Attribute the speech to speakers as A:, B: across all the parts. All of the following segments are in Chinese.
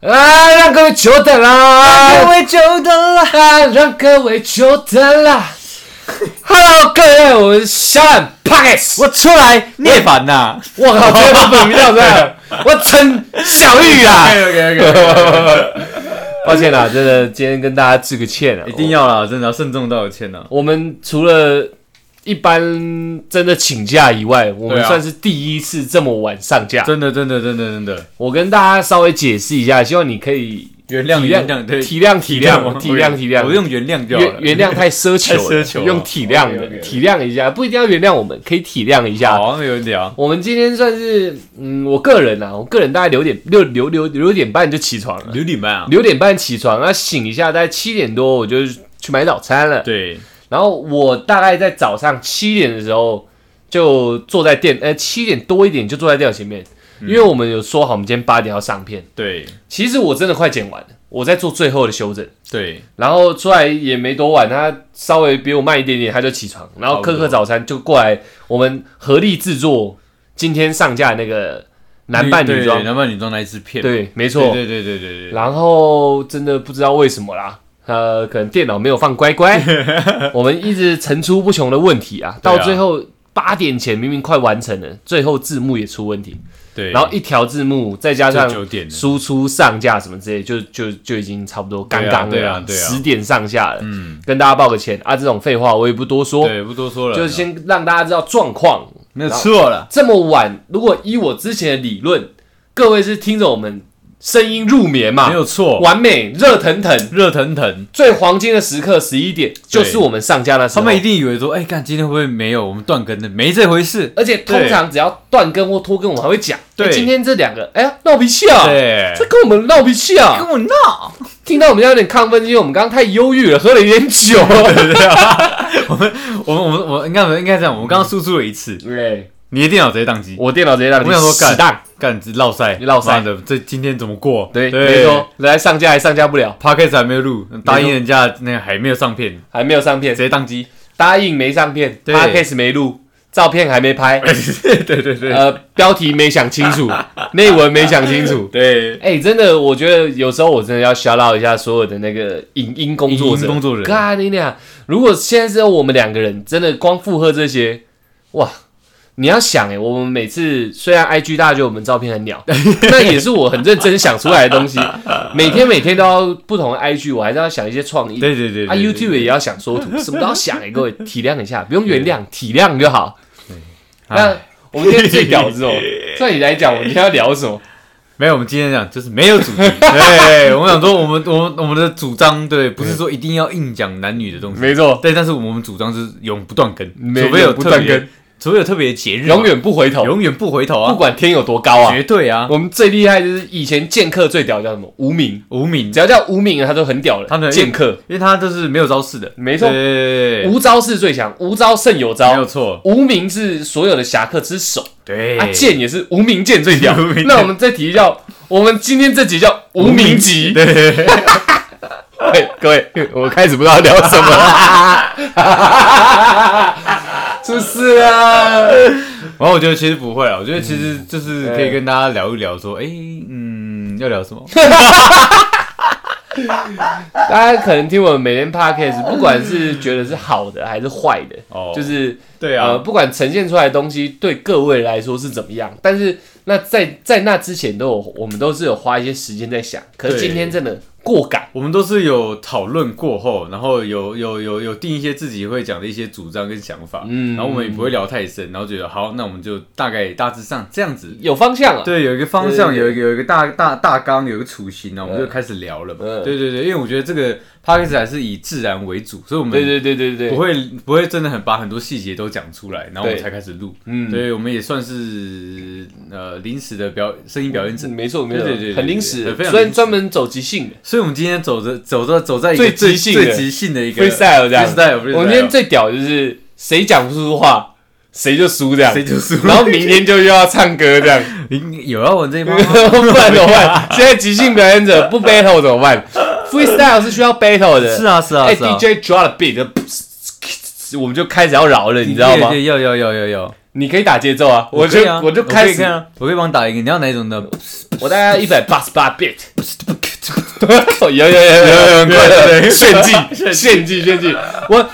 A: 啊，让各位久等啦！
B: 各位久等了。
A: 啊，让各位久等啦！Hello，各位，我是小懒 Pockets，
B: 我出来，涅槃 呐！
A: 我靠，这个本名叫这样， 我陈小玉啊！
B: OK OK，
A: 抱歉啦，真的，今天跟大家致个歉啊！
B: 一定要啦，真的要慎重道歉呐。
A: 我，我们除了一般真的请假以外，我
B: 对
A: 们
B: 啊
A: 算是第一次这么晚上架。
B: 真的真的真的真的，
A: 我跟大家稍微解释一下，希望你可以
B: 原谅
A: 体
B: 原谅，对，
A: 谅、体谅、体谅、
B: 我
A: 体谅、体谅。
B: 我用原谅就好
A: 原
B: 了。
A: 原谅太奢求了，
B: 太奢求了
A: 用体谅的
B: OK，OK，OK
A: 体谅一下，不一定要原谅我们，可以体谅一下。
B: 好啊，没问题啊。
A: 我们今天算是，嗯，我个人啊，我个人大概六点六六六六点半就起床了，
B: 刘礼曼啊，
A: 六点半起床，然后醒一下，大概七点多我就去买早餐了。
B: 对，
A: 然后我大概在早上七点的时候就坐在电，呃，七点多一点就坐在电脑前面，
B: 嗯
A: 因为我们有说好我们今天八点要上片。
B: 对
A: 其实我真的快剪完了，我在做最后的修正。
B: 对，
A: 然后出来也没多晚，他稍微比我慢一点点，他就起床，然后
B: 差不
A: 刻
B: 多
A: 刻早餐就过来，我们合力制作今天上架的那个男扮女装，
B: 对男扮女装那一支片，
A: 对，没错。
B: 对对对对对对，
A: 然后真的不知道为什么啦，呃，可能电脑没有放乖 乖，我们一直层出不穷的问题啊，
B: 对啊
A: 到最后八点前明明快完成了，最后字幕也出问题，
B: 对，
A: 然后一条字幕再加上
B: 就九点了
A: 输出上架什么之类，就就就已经差不多刚刚
B: 对
A: 了
B: 啊
A: 啦，
B: 对啊对啊
A: 十点上下了。
B: 嗯，
A: 跟大家报个歉啊，这种废话我也不多说，
B: 对，不多说了，
A: 就是先让大家知道状况。
B: 没有错了，
A: 这么晚，如果依我之前的理论，各位是听着我们声音入眠嘛
B: 没，有错，
A: 完美热腾腾，
B: 热腾腾。
A: 最黄金的时刻十一点就是我们上架的时
B: 他
A: 候。
B: 们一定以为说，哎，看今天会不会没有我们断更的，没这回事。
A: 而且通常只要断更或拖更，我们还会讲。
B: 对
A: 哎今天这两个，哎呀，闹脾气啊！
B: 对，
A: 这跟我们闹脾气啊！
B: 我闹，
A: 听到我们有点亢奋，因为我们刚刚太忧郁了，喝了一点 酒。
B: 我们我们我应该应该这样，我们刚刚输出了一次，
A: 对，
B: 你的电脑直接宕机，
A: 我电脑直接让你
B: 我想说干
A: 死当。
B: 干绕塞，
A: 落塞
B: 妈的，这今天怎么过？
A: 对，没错，来上架还上架不了，
B: ，Podcast 还没有录，答应人家那个还没有上片，
A: 还没有上片
B: 直，接 宕机。
A: 答应没上片
B: 对
A: ，podcast 没录，照片还没拍，
B: 对对对
A: 呃，标题没想清 楚，内文没想清楚。
B: 对，
A: 哎、真的，我觉得有时候我真的要 shout out 一下所有的那个影音工作
B: 影
A: 者，
B: 音工作者
A: 干你俩！如果现在只有我们两个人，真的光附和这些，哇！你要想哎、我们每次虽然 IG 大家觉得我们照片很 鸟，那也是我很认真想出来的东西。每天每天都要不同的 IG，我还是要想一些创意。
B: 对对对
A: 啊
B: 对对
A: ，YouTube 也要想缩图，什么都要想哎、各位体谅一 下，不用原谅，体谅就好。那我们今天最屌是什
B: 哎
A: 么？ 照你来讲，我们今天要聊什么？
B: 没有，我们今天讲就是没有 主题。对，我们想说，我们我们我们的主张，对，不是说一定要硬讲男女的东西，
A: 没错
B: 对，但是我们主张是永不断更，
A: 没
B: 除非有
A: 永不
B: 特
A: 断
B: 别
A: 更，
B: 除非有特别节日嘛，啊
A: 永远不回头，
B: 永远不回头
A: 不
B: 啊，
A: 管天有多高啊。
B: 绝对啊，
A: 我们最厉害就是以前剑客最屌叫什么？无名，
B: 无名
A: 只，要叫无名的他都很屌了。
B: 他们
A: 剑客
B: 因为他都是没有招式的，
A: 没错
B: 对对，对对
A: 无招是最强，无招胜有
B: 没有
A: 招。
B: 错，
A: 无名是所有的侠客之首，
B: 对
A: 啊，剑也 是无名剑最屌
B: 无名。剑
A: 那我们这题叫，我们今天这集叫无名集。
B: 对对对
A: 对，各位， 我开始不知道聊什么了， 是不是啊？
B: 然后我觉得其实不会啊，我觉得其实就是可以跟大家聊一聊，说，哎，嗯，要聊什么？
A: 大家可能听我们每天 podcast，不管是觉得是好的还是坏的，
B: 哦
A: 就是
B: 对
A: 呃，
B: 啊，
A: 不管呈现出来的东西对各位来说是怎么样，但是那在在那之前都有，我们都是有花一些时间在想。可是
B: 对
A: 今天真的过感，
B: 我们都是有讨论过后，然后有有有有定一些自己会讲的一些主张跟想法，
A: 嗯
B: 然后我们也不会聊太深，然后觉得好，那我们就大概大致上这样子。
A: 有方向了。
B: 对，有一个方
A: 嗯
B: 向，
A: 对对对
B: 有一个有一个大大大纲，有一个雏形，然后我们就开始聊了嘛。
A: 嗯
B: 对对对，因为我觉得这个 p a c k a g e 还是以自然为主，所以我们
A: 对对对对
B: 不
A: 对，
B: 会不会真的很把很多细节都讲出来，然后我们
A: 对
B: 才开始录。
A: 嗯
B: 所以我们也算是呃临时的表声音表演者。
A: 嗯没错没
B: 对对对对
A: 错，很临时
B: 对，非常
A: 专
B: 临时
A: 专门走即兴的
B: 所以我们今天走着走着走在一个
A: 最
B: 最
A: 即兴的
B: 最即兴的一个
A: freestyle 这样。
B: freestyle，freestyle
A: 我们今天最屌就是谁讲不出话，谁就输这样
B: 谁。就输
A: 然后明天就又要唱歌这样，
B: 你有要玩这一趴吗？
A: 不然怎么办？现在即兴表演者不 battle 怎么办？Freestyle 是需要 battle 的，
B: 是啊是啊
A: 哎
B: 是啊。
A: ，DJ drop a beat，呃我们就开始要饶了，你知道吗
B: 对？对要要要要要，
A: 你可以打节奏啊，我
B: 可以
A: 就
B: 啊
A: 我就
B: 可以
A: 开
B: 看
A: 始，
B: 啊，我可以帮你打一个，你要哪一种的？
A: 我大概一百八十八 beat，有有有有
B: 有有很快对对
A: 炫技炫技炫技，我，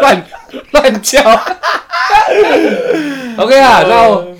A: 乱乱叫。OK 啊，那我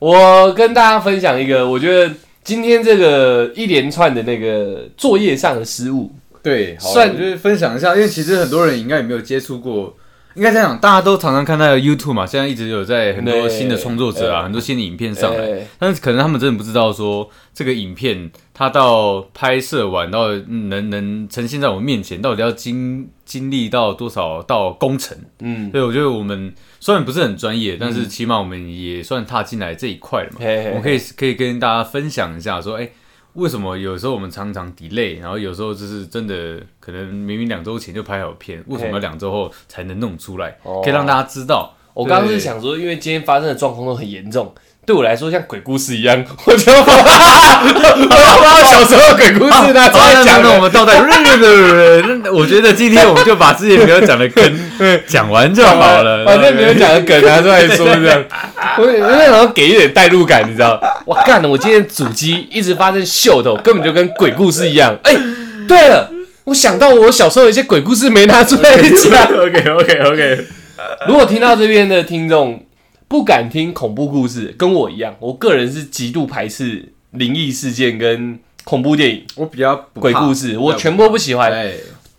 A: 我跟大家分享一个，我觉得今天这个一连串的那个作业上的失误，
B: 对，好
A: 算
B: 我就是分享一下，因为其实很多人应该也没有接触过，应该这样讲，大家都常常看到 YouTube 嘛，现在一直有在很多
A: 对
B: 新的创作者啊，
A: 对
B: 很多新的影片上来，
A: 哎
B: 但是可能他们真的不知道说这个影片它到拍摄完到能能呈现在我们面前，到底要经经历到多少道工程。
A: 嗯，
B: 对，我觉得我们虽然不是很专业，但是起码我们也算踏进来这一块了嘛。
A: 嘿嘿
B: 我们可以可以跟大家分享一下，说，哎、为什么有时候我们常常 delay，然后有时候就是真的可能明明两周前就拍好片，为什么要两周后才能弄出来？
A: 哦
B: 可以让大家知道。
A: 我刚刚是
B: 对，
A: 想说，因为今天发生的状况都很严重，对我来说像鬼故事一样， 我就把我把我小时候的鬼故事拿出
B: 好
A: 来
B: 那
A: 讲
B: 那那我
A: 了。
B: 们倒带，那我觉得今天我们就把之前没有讲的跟讲完就好了，
A: 反正没有讲的梗啊拿出来说这样，我我那想要给一点代入感，你知道？哇，干了！我今天主机一直发生秀逗，根本就跟鬼故事一样。哎、对了，我想到我小时候有一些鬼故事没拿出来讲。
B: OK OK OK，
A: 如果听到这边的听众不敢听恐怖故事，跟我一样，我个人是极度排斥灵异事件跟恐怖电影、
B: 我比较不
A: 鬼
B: 怕
A: 故事，我全部都不喜欢。
B: 哎。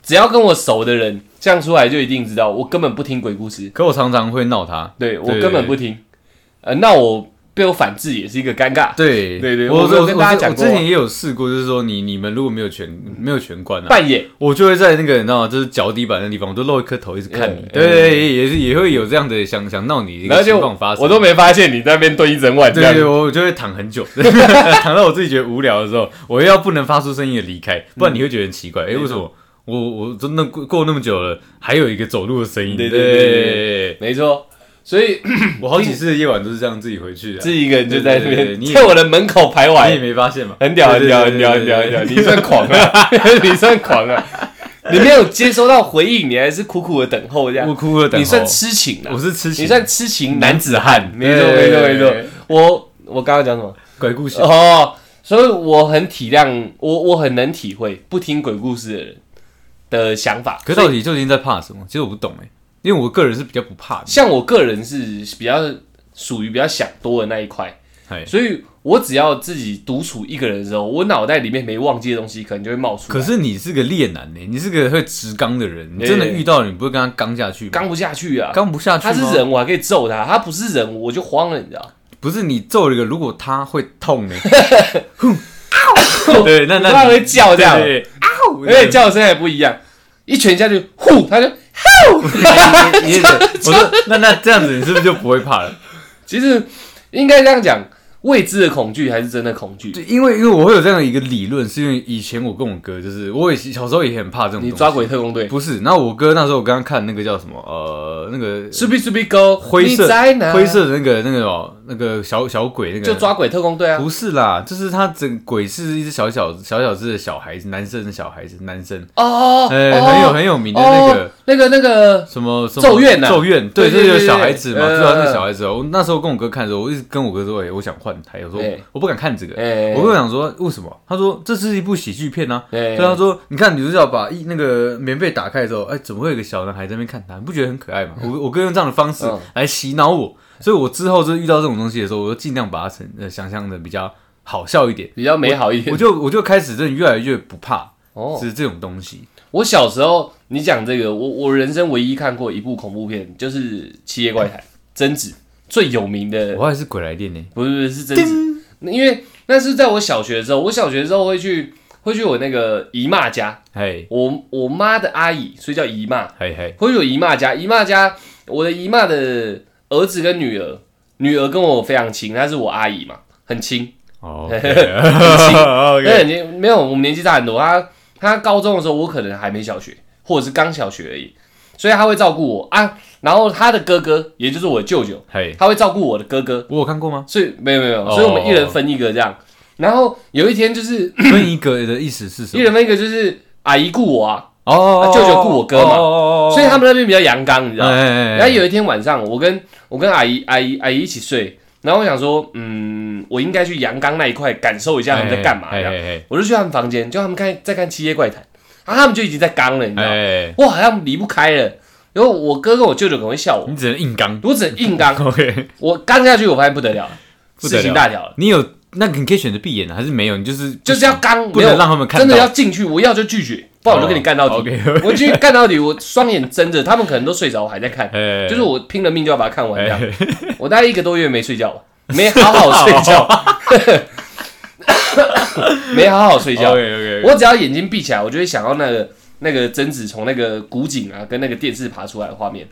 A: 只要跟我熟的人，这样出来就一定知道，我根本不听鬼故事，
B: 可我常常会闹他，
A: 对我
B: 对
A: 根本不听。呃，那我被我反制也是一个尴尬，
B: 对
A: 对对
B: 我
A: 我没有跟大家
B: 我
A: 讲过
B: 我之前也有试过，就是说你你们如果没有全没有全关啊，
A: 扮演
B: 我就会在那个你知道吗，就是脚底板那地方，我就露一颗头一直看你，
A: 嗯
B: 对对对，也是也会有这样的想想闹你的一
A: 然后
B: 个
A: 就
B: 情况发生，
A: 我都没发现你在那边蹲一整晚这
B: 对
A: 样
B: 对对，。我就会躺很 久，躺到我自己觉得无聊的时候，我又要不能发出声音的离开，不然你会觉得很奇怪，哎，为什么我我真的过过那么久了，还有一个走路的声音？
A: 对对对对对没错，所以
B: 我好几次的夜晚都是这样自己回去的啊，
A: 自己一个人就在那
B: 对对对
A: 边
B: 你也
A: 在我的门口徘徊
B: 你也，没发现嘛？
A: 很屌，很
B: 对
A: 屌，很屌，很屌，很屌！你算狂 啊，你算狂啊！你没有接收到回应，你还是苦苦的等候这样
B: 我，哭了等候，
A: 你算痴情啊
B: 我！是痴情，
A: 你算痴情男子汉，没错，
B: 对
A: 没错，
B: 对
A: 没错
B: 对。
A: 我我刚刚讲什么？
B: 鬼故事，
A: 哦，所以我很体谅，我我很能体会不听鬼故事的人的想法。
B: 可是
A: 所以
B: 到底究竟在怕什么？其实我不懂哎、因为我个人是比较不怕的。
A: 像我个人是比较属于比较想多的那一块，
B: 哎，
A: 所以我只要自己独处一个人的时候，我脑袋里面没忘记的东西可能就会冒出来。
B: 可是你是个烈男呢、你是个会直刚的人，你
A: 对
B: 真的遇到了你不会跟他刚下去吗？
A: 刚不下去啊，
B: 刚不下去
A: 他
B: 吗
A: 是，人，我还可以揍他；他不是人，我就慌了，你知道？
B: 不是你揍了一个，如果他会痛呢、哼， 对，那
A: 我怕他
B: 那你
A: 会叫这样，
B: 对
A: 而且叫声还不一样，一拳下去，呼，他就
B: 对你也得我说那那这样子你是不是就不会怕了？
A: 其实应该这样讲，未知的恐惧还是真的恐惧。
B: 对，因为因为我会有这样的一个理论，是因为以前我跟我哥就是，我也小时候也很怕这种东西。
A: 你抓鬼特工队，
B: 不是？那我哥那时候我刚刚看那个叫什么呃那个
A: 是必是必 go
B: 灰色
A: 你在哪？
B: 灰色的那个那个哦，那个小小鬼那个
A: 就抓鬼特工队啊，
B: 不是啦，就是他整鬼是一只小小小小只的小孩子，男生的小孩子，男生，
A: 哦哦，
B: 哎、
A: 哦
B: 很有很有名的那个、
A: 哦那个那个，
B: 什么什么
A: 咒怨啊
B: 咒怨，对，
A: 对对
B: 就
A: 对
B: 是有小孩子嘛，
A: 对对
B: 知道那
A: 呃
B: 个小孩子哦。我那时候跟我哥看的时候，我一直跟我哥说，哎、我想换台，我说、
A: 哎
B: 我不敢看这个，
A: 哎
B: 我跟我讲说为什么？他说这是一部喜剧片啊。
A: 哎
B: 对，他说：“你看女主角把一那个棉被打开的时候，哎，怎么会有一个小男孩在那边看他？你不觉得很可爱吗？”我我哥用这样的方式
A: 嗯
B: 来洗脑我，所以我之后就遇到这种东西的时候，我就尽量把它成呃想象的比较好笑一 点。
A: 比较美好一点
B: 我。就我就开始真的越来越不怕，
A: 哦，
B: 是这种东西。
A: 我小时候，你讲这个，我我人生唯一看过一部恐怖片，就是《七夜怪谈》，贞子最有名的
B: 我还是鬼来电呢，
A: 不是不是是贞子，那因为那是在我小学的时候，我小学的时候会去会去我那个姨妈家，
B: 嘿
A: 我我妈的阿姨，所以叫姨妈，
B: 嘿嘿，
A: 会去我姨妈家，姨妈家我的姨妈的儿子跟女儿，女儿跟我非常亲，她是我阿姨嘛，很亲，
B: 哦，
A: 那
B: OK，
A: 很亲，没有我们年纪差很多，她她高中的时候我可能还没小学，或者是刚小学而已，所以她会照顾我啊，然后她的哥哥，也就是我舅舅，
B: 嘿，
A: 他会照顾我的哥哥，
B: 我有看过吗
A: ？所以没有没有，
B: 哦
A: 所以我们一人分一个这样。然后有一天就是
B: 分一个的意思是什
A: 一
B: 么？
A: 人分一个，就是阿姨顾我啊，
B: 哦，
A: 舅舅雇我哥嘛
B: 嘛
A: 所以他们那边比较阳刚，你知道
B: 哦哎
A: 吗。
B: 哎哎，
A: 然后有一天晚上，我跟我跟阿姨阿姨阿姨一起睡，然后我想说，嗯，我应该去阳刚那一块感受一下他们在干嘛这
B: 哎
A: 样。
B: 哎哎
A: 我就去他们房间，就他们看在看《七夜怪谈》，啊，他们就已经在刚了，你知道吗？
B: 哎，哎
A: 哇，好像离不开了。然后我哥跟我舅舅可能会笑我，
B: 你只能硬刚。
A: 我只能硬 刚，
B: OK，
A: 我刚下去，我发现不得了，
B: 不得了
A: 事情大条了，
B: 你有那个你可以选择闭眼啊还是没有？你就是
A: 就是要刚，
B: 不
A: 没有
B: 能让他们看到
A: 真
B: 哦
A: 的要进去，我要就拒绝，不然我就跟你干到底。
B: OK，
A: 我去干到底，我双眼睁着，他们可能都睡着，我还在看，
B: 哎，
A: 就是我拼了命就要把它看完这样。
B: 哎
A: 我大概一个多月没睡觉了，没好好睡 觉，没好好睡觉。
B: OK OK，
A: 我只要眼睛闭起来，我就会想到那个那个贞子从那个古井啊跟那个电视爬出来的画面，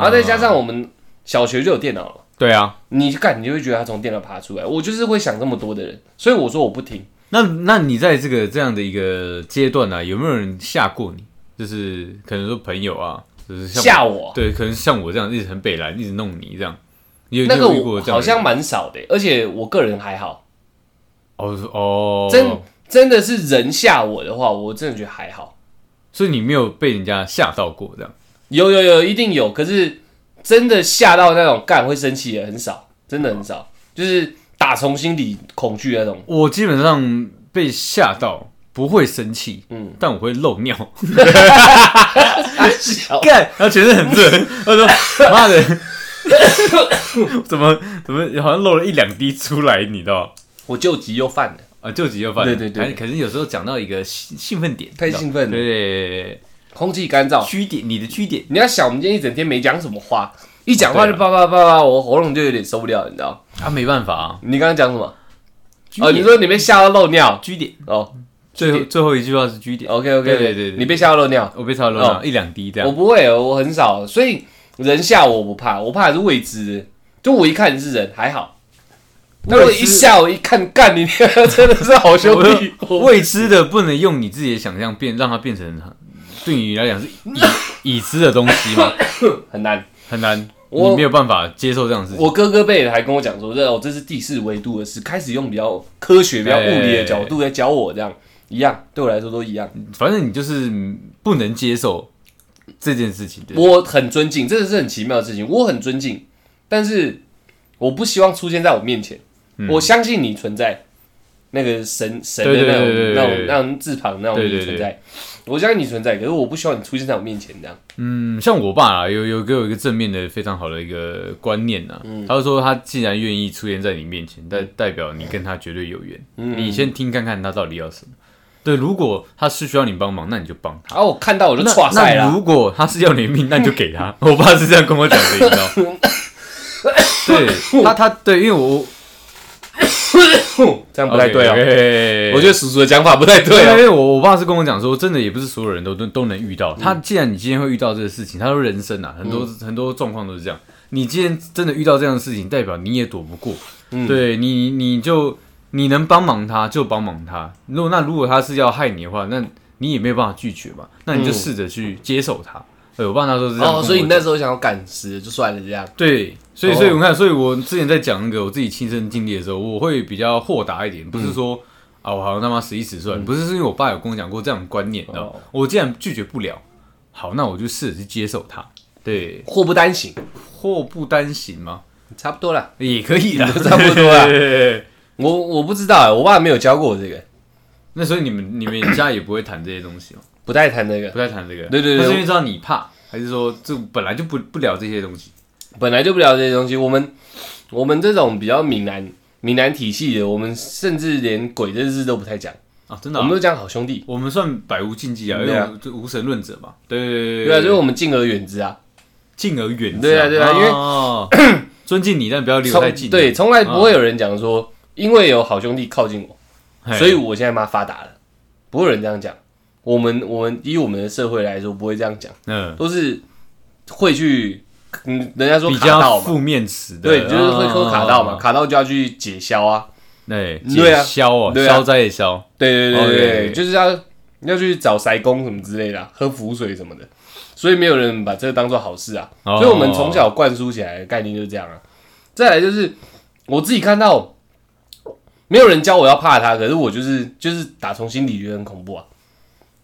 A: 然后再加上我们小学就有电脑了。
B: 对啊，
A: 你干，你就会觉得他从电脑爬出来。我就是会想这么多的人，所以我说我不听。
B: 那那你在这个这样的一个阶段呢、有没有人吓过你？就是可能说朋友啊，就是像
A: 吓我，啊
B: 对，可能像我这样一直很北蓝，一直弄你这样。你有
A: 那个
B: 你有遇过
A: 我
B: 这样
A: 好
B: 的人
A: 像蛮少的，而且我个人还好。
B: 哦哦，
A: 真真的是人吓我的话，我真的觉得还好。
B: 所以你没有被人家吓到过这样。
A: 有有有，一定有。可是真的吓到那种干会生气的很少，真的很少。就是打从心底恐惧那种。
B: 我基本上被吓到不会生气，
A: 嗯，
B: 但我会漏尿，
A: 小
B: 干，然后全身很热，他说妈的，怎么怎么好像漏了一两滴出来，你知道？
A: 我救急又犯了，
B: 啊，救急就犯了。
A: 对对对
B: 哎可是有时候讲到一个兴兴奋点，
A: 太
B: 你知道
A: 兴奋了
B: 对对对对
A: 空气干燥
B: 对，。居点，你的居点，
A: 你要想，我们今天一整天没讲什么话，一讲话就叭叭叭叭，我喉咙就有点受不了，你知道？
B: 啊，没办法啊，
A: 你刚刚讲什么？
B: 居
A: 哦，你
B: 点，
A: 说你被吓到漏尿
B: 居点，
A: 哦
B: 最后
A: 居
B: 最后一句话是居点。
A: ，OK OK，
B: 对对对对啊
A: 你被吓到漏尿，
B: 我被超漏
A: 哦
B: 了一两滴这
A: 我
B: 样，
A: 不会，我很少，所以人吓我不怕，我怕的是未知的，就我一看你是人还好，那如果一吓我一看干你，真的是好 兄弟，我
B: 未知的不能用你自己的想象变，让它变成对你来讲是 已已知的东西嘛，
A: 很难。
B: 很难，
A: 我
B: 你没有办法接受这样的事情。
A: 我哥哥辈的还跟我讲说，这哦这是第四维度的事，开始用比较科学、比较物理的角度来教我，这样一样对我来说都一样。
B: 反正你就是不能接受这件事情的。
A: 我很尊敬，这是很奇妙的事情，我很尊敬，但是我不希望出现在我面前。我相信你存在，那个神神的
B: 嗯对对
A: 那
B: 对
A: 种
B: 对
A: 那种
B: 对
A: 那种字旁那种
B: 对
A: 你
B: 对
A: 存
B: 对
A: 在，我相信你存在，可是我不希望你出现在我面前这样。
B: 嗯，像我爸啊，有有给我一个正面的非常好的一个观念呐、啊，
A: 嗯
B: 他就说他既然愿意出现在你面前，代代表你跟他绝对有缘。
A: 嗯
B: 你先听看看他到底要什么。对，如果他是需要你帮忙，那你就帮他。
A: 然后啊我看到我就
B: 那
A: 歘赛
B: 那
A: 了，
B: 如果他是要你的命，那你就给他。 我爸是这样跟我讲的，你知道？ 对，他他对，因为我
A: 这样不太对哦。
B: 哦
A: 我觉得叔叔的讲法不太对
B: 因
A: 哦。
B: 为我我爸 是跟我讲说，真的也不是所有人都都都能遇到。他既然你今天会遇到这个事情，他说人生啊，很多、很多状况都是这样。你今天真的遇到这样的事情，代表你也躲不过。对你，你就你能帮忙他就帮忙他。如果那如果他是要害你的话，那你也没有办法拒绝嘛。那你就
A: 嗯
B: 试着去接受他。对我爸那时候是这样跟我
A: 哦，
B: 讲，
A: 所以你那时候想要赶时就算了这样。
B: 对，所以
A: 哦
B: 所以我看，所以我之前在讲那个我自己亲身经历的时候，我会比较豁达一点，不是
A: 嗯
B: 说、啊我好像他妈死一死算，不是是因为我爸有跟我讲过这样的观念，你知道吗
A: 哦
B: 我既然拒绝不了，好，那我就试着去接受它。
A: 嗯
B: 对，
A: 祸不单行，
B: 祸不单行吗？
A: 差不多啦。
B: 也可以啦，
A: 差不多 啦
B: 对对对对
A: 我我不知道哎，我爸没有教过我这个，
B: 那所以你们你们家也不会谈这些东西吗？
A: 不太谈这个，
B: 不太谈这个。
A: 对对对
B: 那是因为知道你怕，还是说这本来就不不聊这些东西？
A: 本来就不聊这些东西。我们我们这种比较闽南闽南体系的，我们甚至连鬼这事都不太讲，
B: 啊，真的
A: 我
B: 啊、
A: 们都讲好兄弟。
B: 我们算百无禁忌啊，因
A: 对啊
B: 为就无神论者嘛。对对对
A: 对啊，所以我们敬而远之啊，
B: 敬而远之、
A: 对啊对啊因为
B: 为尊敬你，但不要离我太
A: 从
B: 近。啊
A: 对，从来不会有人讲说，因为有好兄弟靠近我，
B: 嘿，
A: 所以我现在妈发达了，不会有人这样讲。我们我们以我们的社会来说，不会这样讲，
B: 嗯，
A: 都是会去，嗯，人家说
B: 比
A: 卡到
B: 较
A: 嘛，
B: 负面词的，啊
A: 对，就是会说
B: 说
A: 卡到嘛，，卡到就要去解消啊，
B: 对，
A: 对啊
B: 解消哦，
A: 对啊
B: 消灾也消，
A: 对对对对
B: OK
A: 对，就是要要去找塞工什么之类的啊、喝符水什么的，所以没有人把这个当做好事啊。
B: 哦
A: 所以我们从小灌输起来的概念就是这样啊。再来就是我自己看到，没有人教我要怕它，可是我就是就是打从心底觉得很恐怖啊，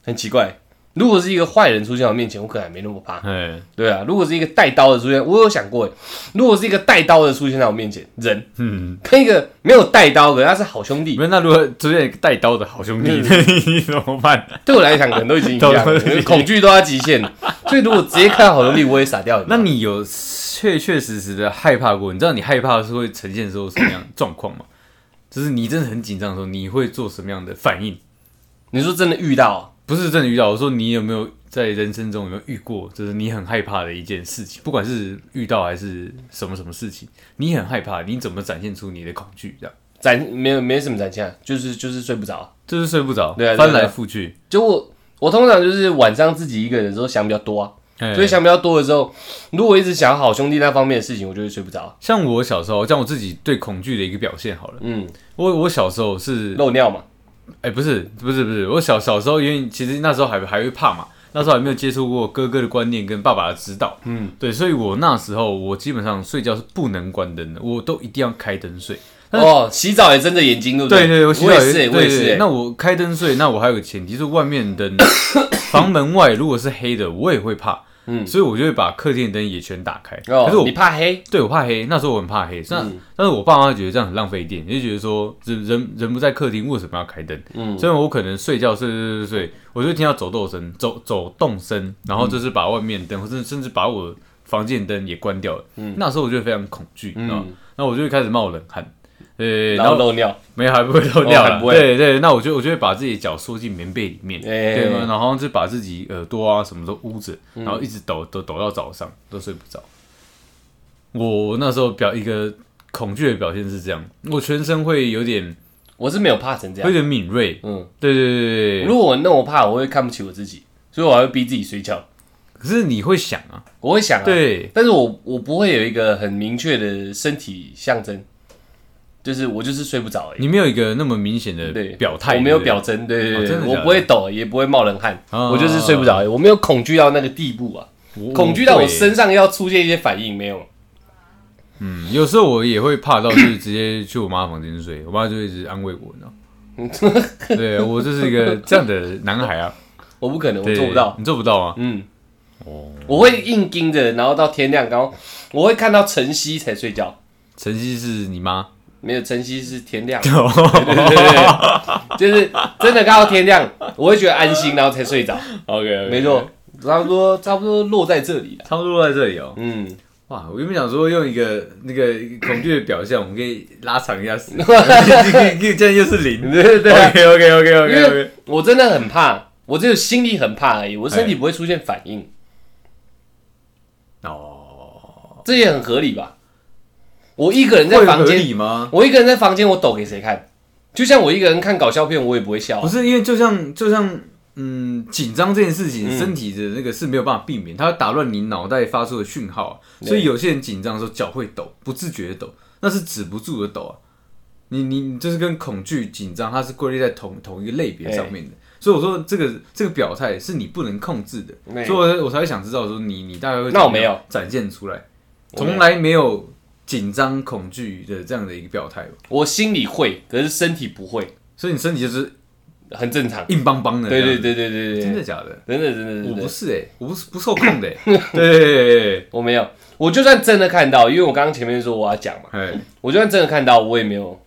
A: 很奇怪。如果是一个坏人出现在我面前，我可能还没那么怕。
B: 哎，
A: 对啊，如果是一个带刀的出现，我有想过，诶，如果是一个带刀的出现在我面前，人
B: 嗯，
A: 跟一个没有带刀的，他是好兄弟
B: 没，有那如果出现一个带刀的好兄弟，
A: 嗯
B: 你 怎么办？
A: 对我来讲可能都已经一样了，
B: 都
A: 恐惧都要极限了。所以如果直接看到好兄弟，我也傻掉。
B: 那你有确确实实的害怕过？你知道你害怕是会呈现出什么样的状况吗？就是你真的很紧张的时候，你会做什么样的反应？
A: 你说真的遇到
B: 不是真的遇到，我说你有没有在人生中有没有遇过，就是你很害怕的一件事情，不管是遇到还是什么什么事情，你很害怕，你怎么展现出你的恐惧？这样
A: 展没有没什么展现啊，就是就是睡不着。
B: 就是睡不着，
A: 对啊对啊
B: 翻来覆去，
A: 就我我通常就是晚上自己一个人的时候想比较多啊，所以
B: 像
A: 想比较多的时候，如果一直想好兄弟那方面的事情，我就会睡不着。啊
B: 像我小时候，像我自己对恐惧的一个表现好了，
A: 嗯，
B: 我我小时候是
A: 漏尿嘛，
B: 哎、不是，不是，不是，我小小时候，因为其实那时候还还会怕嘛，那时候还没有接触过哥哥的观念跟爸爸的指导，
A: 嗯，
B: 对，所以我那时候我基本上睡觉是不能关灯的，我都一定要开灯睡。但
A: 哦，洗澡也睁着眼睛，对不
B: 对
A: 对
B: 对，
A: 我
B: 洗澡
A: 也是、
B: 对
A: 我也
B: 对
A: 是、欸
B: 那我开灯睡，那我还有个前提，就是外面 灯，房门外如果是黑的，我也会怕，
A: 嗯
B: 所以我就会把客厅的灯也全打开。可是
A: 哦，
B: 我
A: 你怕黑？
B: 对我怕黑，那时候我很怕黑，那、
A: 嗯
B: 但是我爸妈觉得这样很浪费电，就觉得说人人人不在客厅，为什么要开灯？
A: 嗯
B: 所以我可能睡觉睡睡睡睡，我就听到走动声，走走动声，然后就是把外面
A: 嗯
B: 灯，或者甚至把我房间灯也关掉了。那时候我就非常恐惧，你知道吗
A: 嗯，
B: 那我就会开始冒冷汗。对，
A: 然
B: 然
A: 后
B: 后
A: 漏尿，
B: 没有还不会漏掉
A: 哦还
B: 了，
A: 不会
B: 对对，那我就我就会把自己的脚缩进棉被里面，
A: 哎嗯
B: 对吗？然后就把自己耳朵啊什么都捂着，然后一直抖抖抖到早上都睡不着。我那时候表一个恐惧的表现是这样，我全身会有点
A: 我是没有怕成这
B: 会有
A: 样。
B: 点敏锐，
A: 嗯，
B: 对对对对对。
A: 如果我那么怕，我会看不起我自己，所以我还会逼自己睡觉。
B: 可是你会想啊，
A: 我会想啊，，
B: 对，
A: 但是我我不会有一个很明确的身体象征，就是我就是睡不着而已。
B: 你没有一个那么明显的
A: 对，
B: 表态，
A: 我没有
B: 对不对
A: 表征，对对
B: 哦
A: 对，
B: 真的假
A: 我
B: 的
A: 不会抖，也不会冒冷汗，
B: 啊哦
A: 我就是睡不着而已，我没有恐惧到那个地步啊，
B: 我
A: 恐惧到
B: 会
A: 我身上要出现一些反应没有？
B: 嗯有时候我也会怕到，就是直接去我妈房间睡，我妈就一直安慰我，呢。对我就是一个这样的男孩啊，
A: 我不可能，我
B: 对
A: 做不到，
B: 你做不到啊。
A: 嗯，我会硬盯着，然后到天亮，然后我会看到晨曦才睡觉，
B: 晨曦是你妈，
A: 没有晨曦是天 亮，
B: 哦
A: 对对对对，对就是真的看到天亮，我会觉得安心，然后才睡着，
B: OK，
A: 没错，，差不多差不多落在这里了，
B: 差不多在这里哦。
A: 嗯，
B: 哇，我原本想说用一个那个恐惧的表现，我们可以拉长一下时间，可以可以这样又是零。
A: 对对对啊。
B: OK OK OK
A: 因
B: OK
A: 为
B: OK，
A: 我真的很怕，我只有心里很怕而已，我身体不会出现反应，
B: 哎哦，
A: 这也很合理吧？我一个人在
B: 会
A: 房
B: 哦合
A: 间，
B: 理吗？
A: 我一个人在房间，我抖给谁看？就像我一个人看搞笑片，我也不会笑
B: 不
A: 啊。
B: 是，因为就像就像嗯，紧张这件事情，
A: 嗯
B: 身体的那个是没有办法避免，它会打乱你脑袋发出的讯号啊、
A: 对
B: 所以有些人紧张的时候脚会抖，不自觉的抖，那是止不住的抖啊。你你你就是跟恐惧、紧张，它是归类在同同一个类别
A: 哎
B: 上面的。所以我说这个这个表态是你不能控制
A: 对
B: 的，所以我我才会想知道说你你大概会
A: 哎那我没有
B: 怎么样展现出来，
A: 我没有
B: 从来没有紧张恐惧的这样的一个表态吧，
A: 我心里会，可是身体不会，
B: 所以你身体就是
A: 很正常。
B: 硬邦邦的这
A: 对
B: 样
A: 对
B: 子，
A: 对对对对，
B: 真的假的？
A: 真的真的
B: 我
A: 真
B: 不
A: 的，
B: 是哎、我不是不受 控的、欸，对，
A: 我没有。我就算真的看到，因为我刚刚前面说我要讲嘛，
B: 哎，
A: 我就算真的看到，我也没有。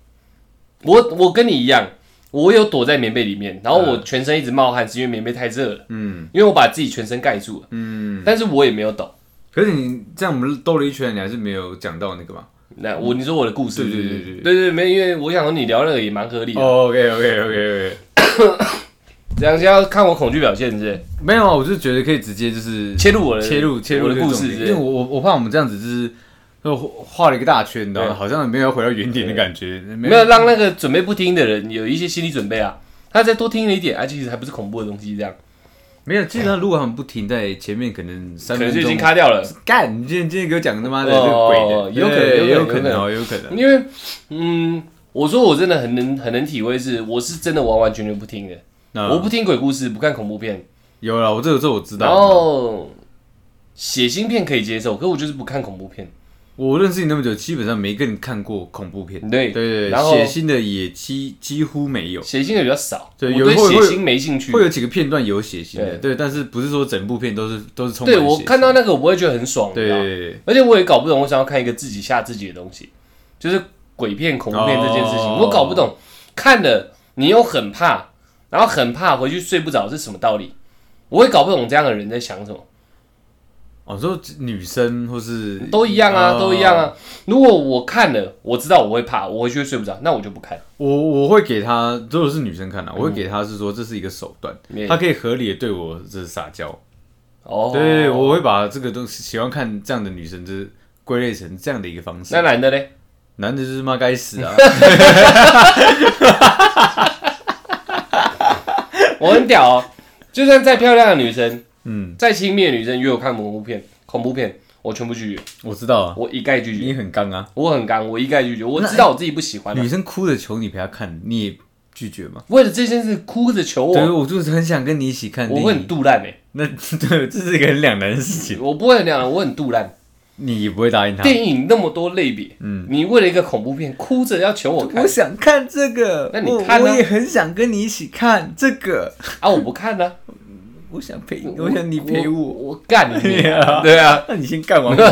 A: 我我跟你一样，我有躲在棉被里面，然后我全身一直冒汗，是因为棉被太热了。
B: 嗯
A: 因为我把自己全身盖住了，
B: 嗯，
A: 但是我也没有抖。
B: 可是你这样我们兜了一圈，你还是没有讲到那个嘛、
A: 那我你说我的故事，
B: 嗯对
A: 是
B: 对
A: 不
B: 对哦
A: 是
B: 对
A: 对对，没，因为我想说你聊那个也蛮合理的，
B: o k OK OK OK，
A: 这样是要看我恐惧表现是不是
B: 没有啊，我就觉得可以直接就是
A: 切入我的
B: 切入切入
A: 我的
B: 这个
A: 故
B: 重
A: 事
B: 点
A: 是不
B: 因为我
A: 是，
B: 我我怕我们这样子就是就画了一个大圈，你知道吗？
A: 对
B: 好像没有回到原点的感觉，
A: 没有让那个准备不听的人有一些心理准备啊，他再多听了一点，而啊且其实还不是恐怖的东西，这样
B: 没有，基本上如果他们不停在前面可能
A: 可
B: 三
A: 能
B: 分
A: 就已经
B: 钟，
A: 卡掉了。
B: 干，你今天今天给我讲他妈的这个鬼
A: 哦
B: 的，
A: 有可能
B: 对也
A: 有
B: 有
A: 可能
B: 可能哦，有可能，
A: 因为，嗯，我说我真的很能很能体会是，我是真的完完全全不听的，
B: 那
A: 我不听鬼故事，不看恐怖片，
B: 哦有了，我嗯这个这个我知
A: 然
B: 道，
A: 后血腥片可以接受，可我就是不看恐怖片。
B: 我认识你那么久，基本上没跟你看过恐怖片。
A: 对
B: 对对，
A: 然后
B: 血腥的也几几乎没有，
A: 血腥的比较少，
B: 对
A: 我
B: 有
A: 对
B: 会
A: 血
B: 会
A: 腥没兴趣
B: 会。有几个片段有血腥的，
A: 对
B: 对，但是不是说整部片都是都是充满
A: 对我
B: 血腥
A: 看到那个，我不会觉得很爽，
B: 对
A: 你知道
B: 对
A: 吗
B: 对对
A: 而且我也搞不懂，我想要看一个自己吓自己的东西，就是鬼片、恐怖片这件事情，
B: 哦
A: 我搞不懂。看了你又很怕，然后很怕回去睡不着，是什么道理？我也搞不懂这样的人在想什么，
B: 哦，你说女生或是
A: 都一样啊，
B: 哦
A: 都一样啊。如果我看了，我知道我会怕，我回去会睡不着，那我就不看。
B: 我我会给他，如果是女生看啊了、我会给他是说这是一个手段，
A: 嗯
B: 他可以合理的对我这是撒娇。
A: 哦，
B: 对，我会把这个东西喜欢看这样的女生，就是归类成这样的一个方式
A: 那。男的嘞？
B: 男的就是妈该 死啊！
A: 我很屌哦，就算再漂亮的女生，
B: 嗯，
A: 再亲密的女生约我看恐怖片、恐怖片，我全部拒绝，
B: 我知道啊，
A: 我一概拒绝。
B: 你很刚啊。
A: 我很刚，我一概拒绝。我知道我自己不喜欢嘛
B: 女生哭着求你陪她看，你也拒绝吗？
A: 为了这件事哭着求
B: 对，
A: 我，
B: 我就是很想跟你一起看电
A: 我
B: 影。
A: 会很肚烂哎，
B: 那 对，这是一个很两难的事情，
A: 我不会那样，我很肚
B: 啊
A: 烂。
B: 你也不会答应他。
A: 电影那么多类别，嗯，你为了一个恐怖片哭着要求我看
B: 我想看这个，
A: 那你
B: 我
A: 看啊
B: 我也很想跟你一起看这个，
A: 啊，我不看呢，
B: 我想陪，我想你陪
A: 我，
B: 我。
A: 我干 你啊，
B: Yeah
A: 对啊，
B: 那你先干 完我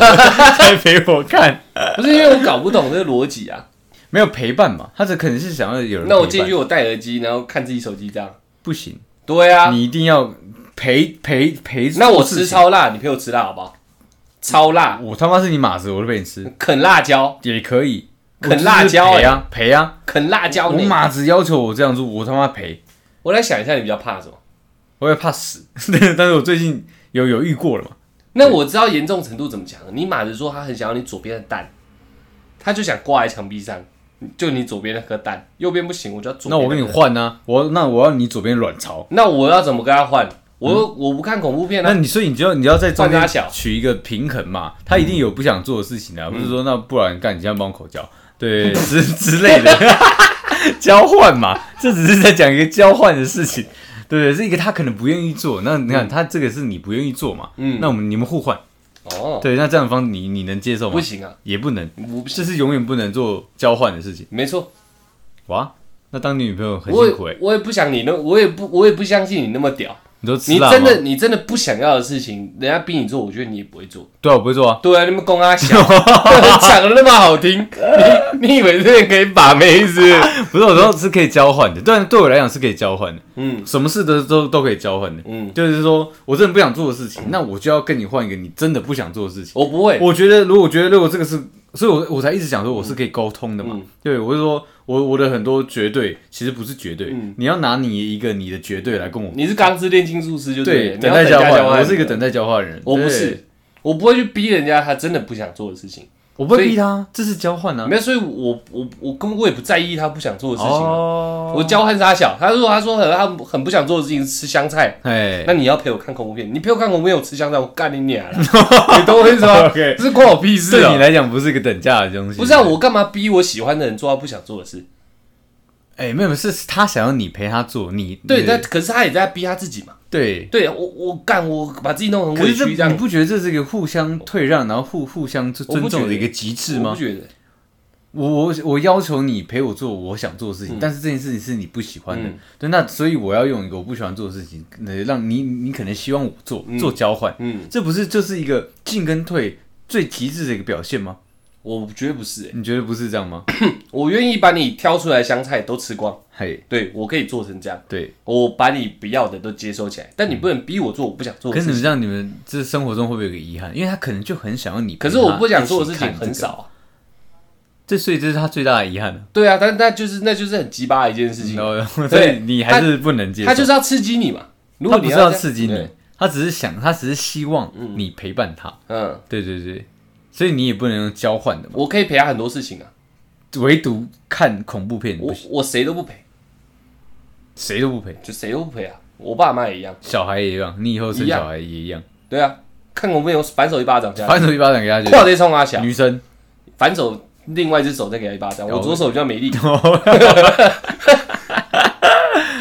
B: 再陪我看，
A: 不是因为我搞不懂这个逻辑啊。
B: 没有陪伴嘛？他这可能是想要有人陪伴。
A: 那我进去我戴耳机，然后看自己手机这样，
B: 不行，
A: 对啊，
B: 你一定要陪陪陪。
A: 那我吃，超辣，你陪我吃辣好不好？超辣，
B: 我他妈是你马子，我都陪你吃，
A: 啃辣椒，
B: 也可以。
A: 啃辣椒哎
B: 我就是陪啊陪啊！
A: 啃辣椒
B: 我
A: 你。
B: 马子要求我这样做，我他妈陪，
A: 我来想一下，你比较怕什么？
B: 我也怕死。 但是我最近有有遇过了嘛？
A: 那我知道严重程度怎么讲了。你马子说他很想要你左边的蛋，他就想挂在墙壁上，就你左边那颗蛋，右边不行，我就要左边。
B: 那我跟你。换啊，我那我要你左边卵巢。
A: 那我要怎么跟他换？我、我不看恐怖片
B: 嗯那
A: 啊，
B: 你所以你就要你要在中
A: 换他
B: 间
A: 小嗯
B: 取一个平衡嘛，他一定有不想做的事情啊，不是说那不然干你现在帮我口交，对之之类的 交换嘛，这只是在讲一个交换的事情，对，是一个他可能不愿意做，那你看他这个是你不愿意做嘛，
A: 嗯
B: 那我们你们互换，
A: 哦，
B: 对，那这样的方式你你能接受吗
A: 不？行啊，
B: 也不能，
A: 我不
B: 这是永远不能做交换的事情，
A: 没错，
B: 哇，那当你女朋友很
A: 我
B: 辛苦哎、
A: 也我也不想你那，我也不我也不相信你那么屌。
B: 你都吃
A: 你
B: 辣
A: 真
B: 吗
A: 的你真的不想要的事情，人家逼你做，我觉得你也不会做。
B: 对啊，我不会做啊，
A: 对啊，你们公阿小 讲的那么好听，你你以为这个可以把妹是不是？
B: 不是我说是可以交换的，但对我来讲是可以交换的。
A: 嗯
B: 什么事都都都可以交换的。
A: 嗯，
B: 就是说我真的不想做的事情，那我就要跟你换一个你真的不想做的事情。
A: 我不会，
B: 我觉得，如果我觉得如果这个是，所以我我才一直讲说我是可以沟通的嘛。
A: 嗯
B: 对，我是说我我的很多绝对其实不是绝对，
A: 嗯
B: 你要拿你一个你的绝对来跟我
A: 你是钢之炼金术师就
B: 对
A: 了
B: 等
A: 你要
B: 待交
A: 等价
B: 换，
A: 交换。
B: 我是一个等，待交换的人，
A: 我不
B: 对，
A: 是，我不会去逼人家他真的不想做的事情。
B: 我不
A: 所
B: 会
A: 以
B: 逼他，这是交换啊。
A: 没有，所以我我我根本我也不在意他不想做的事情啊。
B: 哦，
A: 我交换他小，他说他说很他很不想做的事情是吃香菜，
B: 哎
A: 那，你要陪我看恐怖片，你陪我看恐怖片，我吃香菜，我 干你娘啊啦！你懂我意思 吗？
B: OK
A: 这是关我屁事
B: 对你
A: 啊！
B: 来讲不是一个等价的东西。
A: 不是啊，我干嘛逼我喜欢的人做他不想做的事？
B: 哎，没有，是是他想要你陪他做，你
A: 对，但可是他也在逼他自己嘛。
B: 对
A: 对我我干我把自己弄很
B: 可
A: 委屈
B: 是
A: 这
B: 这你
A: 样，
B: 不觉得这是一个互相退让，然后互互相尊
A: 我不
B: 尊
A: 觉得
B: 重的一个极致
A: 我
B: 吗
A: 不？觉得，
B: 我我我要求你陪我做我想做的事情，但是这件事情是你不喜欢的，
A: 嗯
B: 对，那所以我要用一个我不喜欢做的事情，呃，让你你可能希望我做、做交换，
A: 嗯，
B: 这不是就是一个进跟退最极致的一个表现吗？
A: 我觉得不是欸
B: 你觉得不是这样吗？
A: 我愿意把你挑出来的香菜都吃光，
B: 嘿，
A: 对我可以做成这样，
B: 对，
A: 我把你不要的都接收起来，但你不能逼我做我不想做
B: 可
A: 的事
B: 是你
A: 情。
B: 们这样，你们这生活中会不会有一个遗憾？因为他可能就很想要你
A: 可
B: 陪他一
A: 是
B: 起看这个，
A: 我不想做的事情很少啊，
B: 这，所以这是他最大的遗憾了。
A: 对啊，但那就是那就是很鸡巴的一件事情
B: 然， 后， 所
A: 对
B: 以你还是不能接受。
A: 他就是要刺激你嘛。如
B: 他
A: 果
B: 不
A: 你
B: 是
A: 这
B: 要
A: 样
B: 刺激你
A: 对，
B: 他只是想，他只是希望你陪伴他。
A: 嗯，
B: 对对对，所以你也不能用交换的嘛，
A: 我可以陪他很多事情啊，
B: 唯独看恐怖片不
A: 我
B: 行，
A: 我谁都不陪，
B: 谁都不陪，
A: 就谁都不陪啊，我爸妈也一样，
B: 小孩也一样，你以后生
A: 一样
B: 小孩也一样，
A: 对啊，看恐怖片我反手一巴掌下去，
B: 反手一巴掌给他就
A: 跨。这冲阿翔，
B: 女生，
A: 反手另外一只手再给他一巴掌，
B: 哦
A: 我左手比较没力，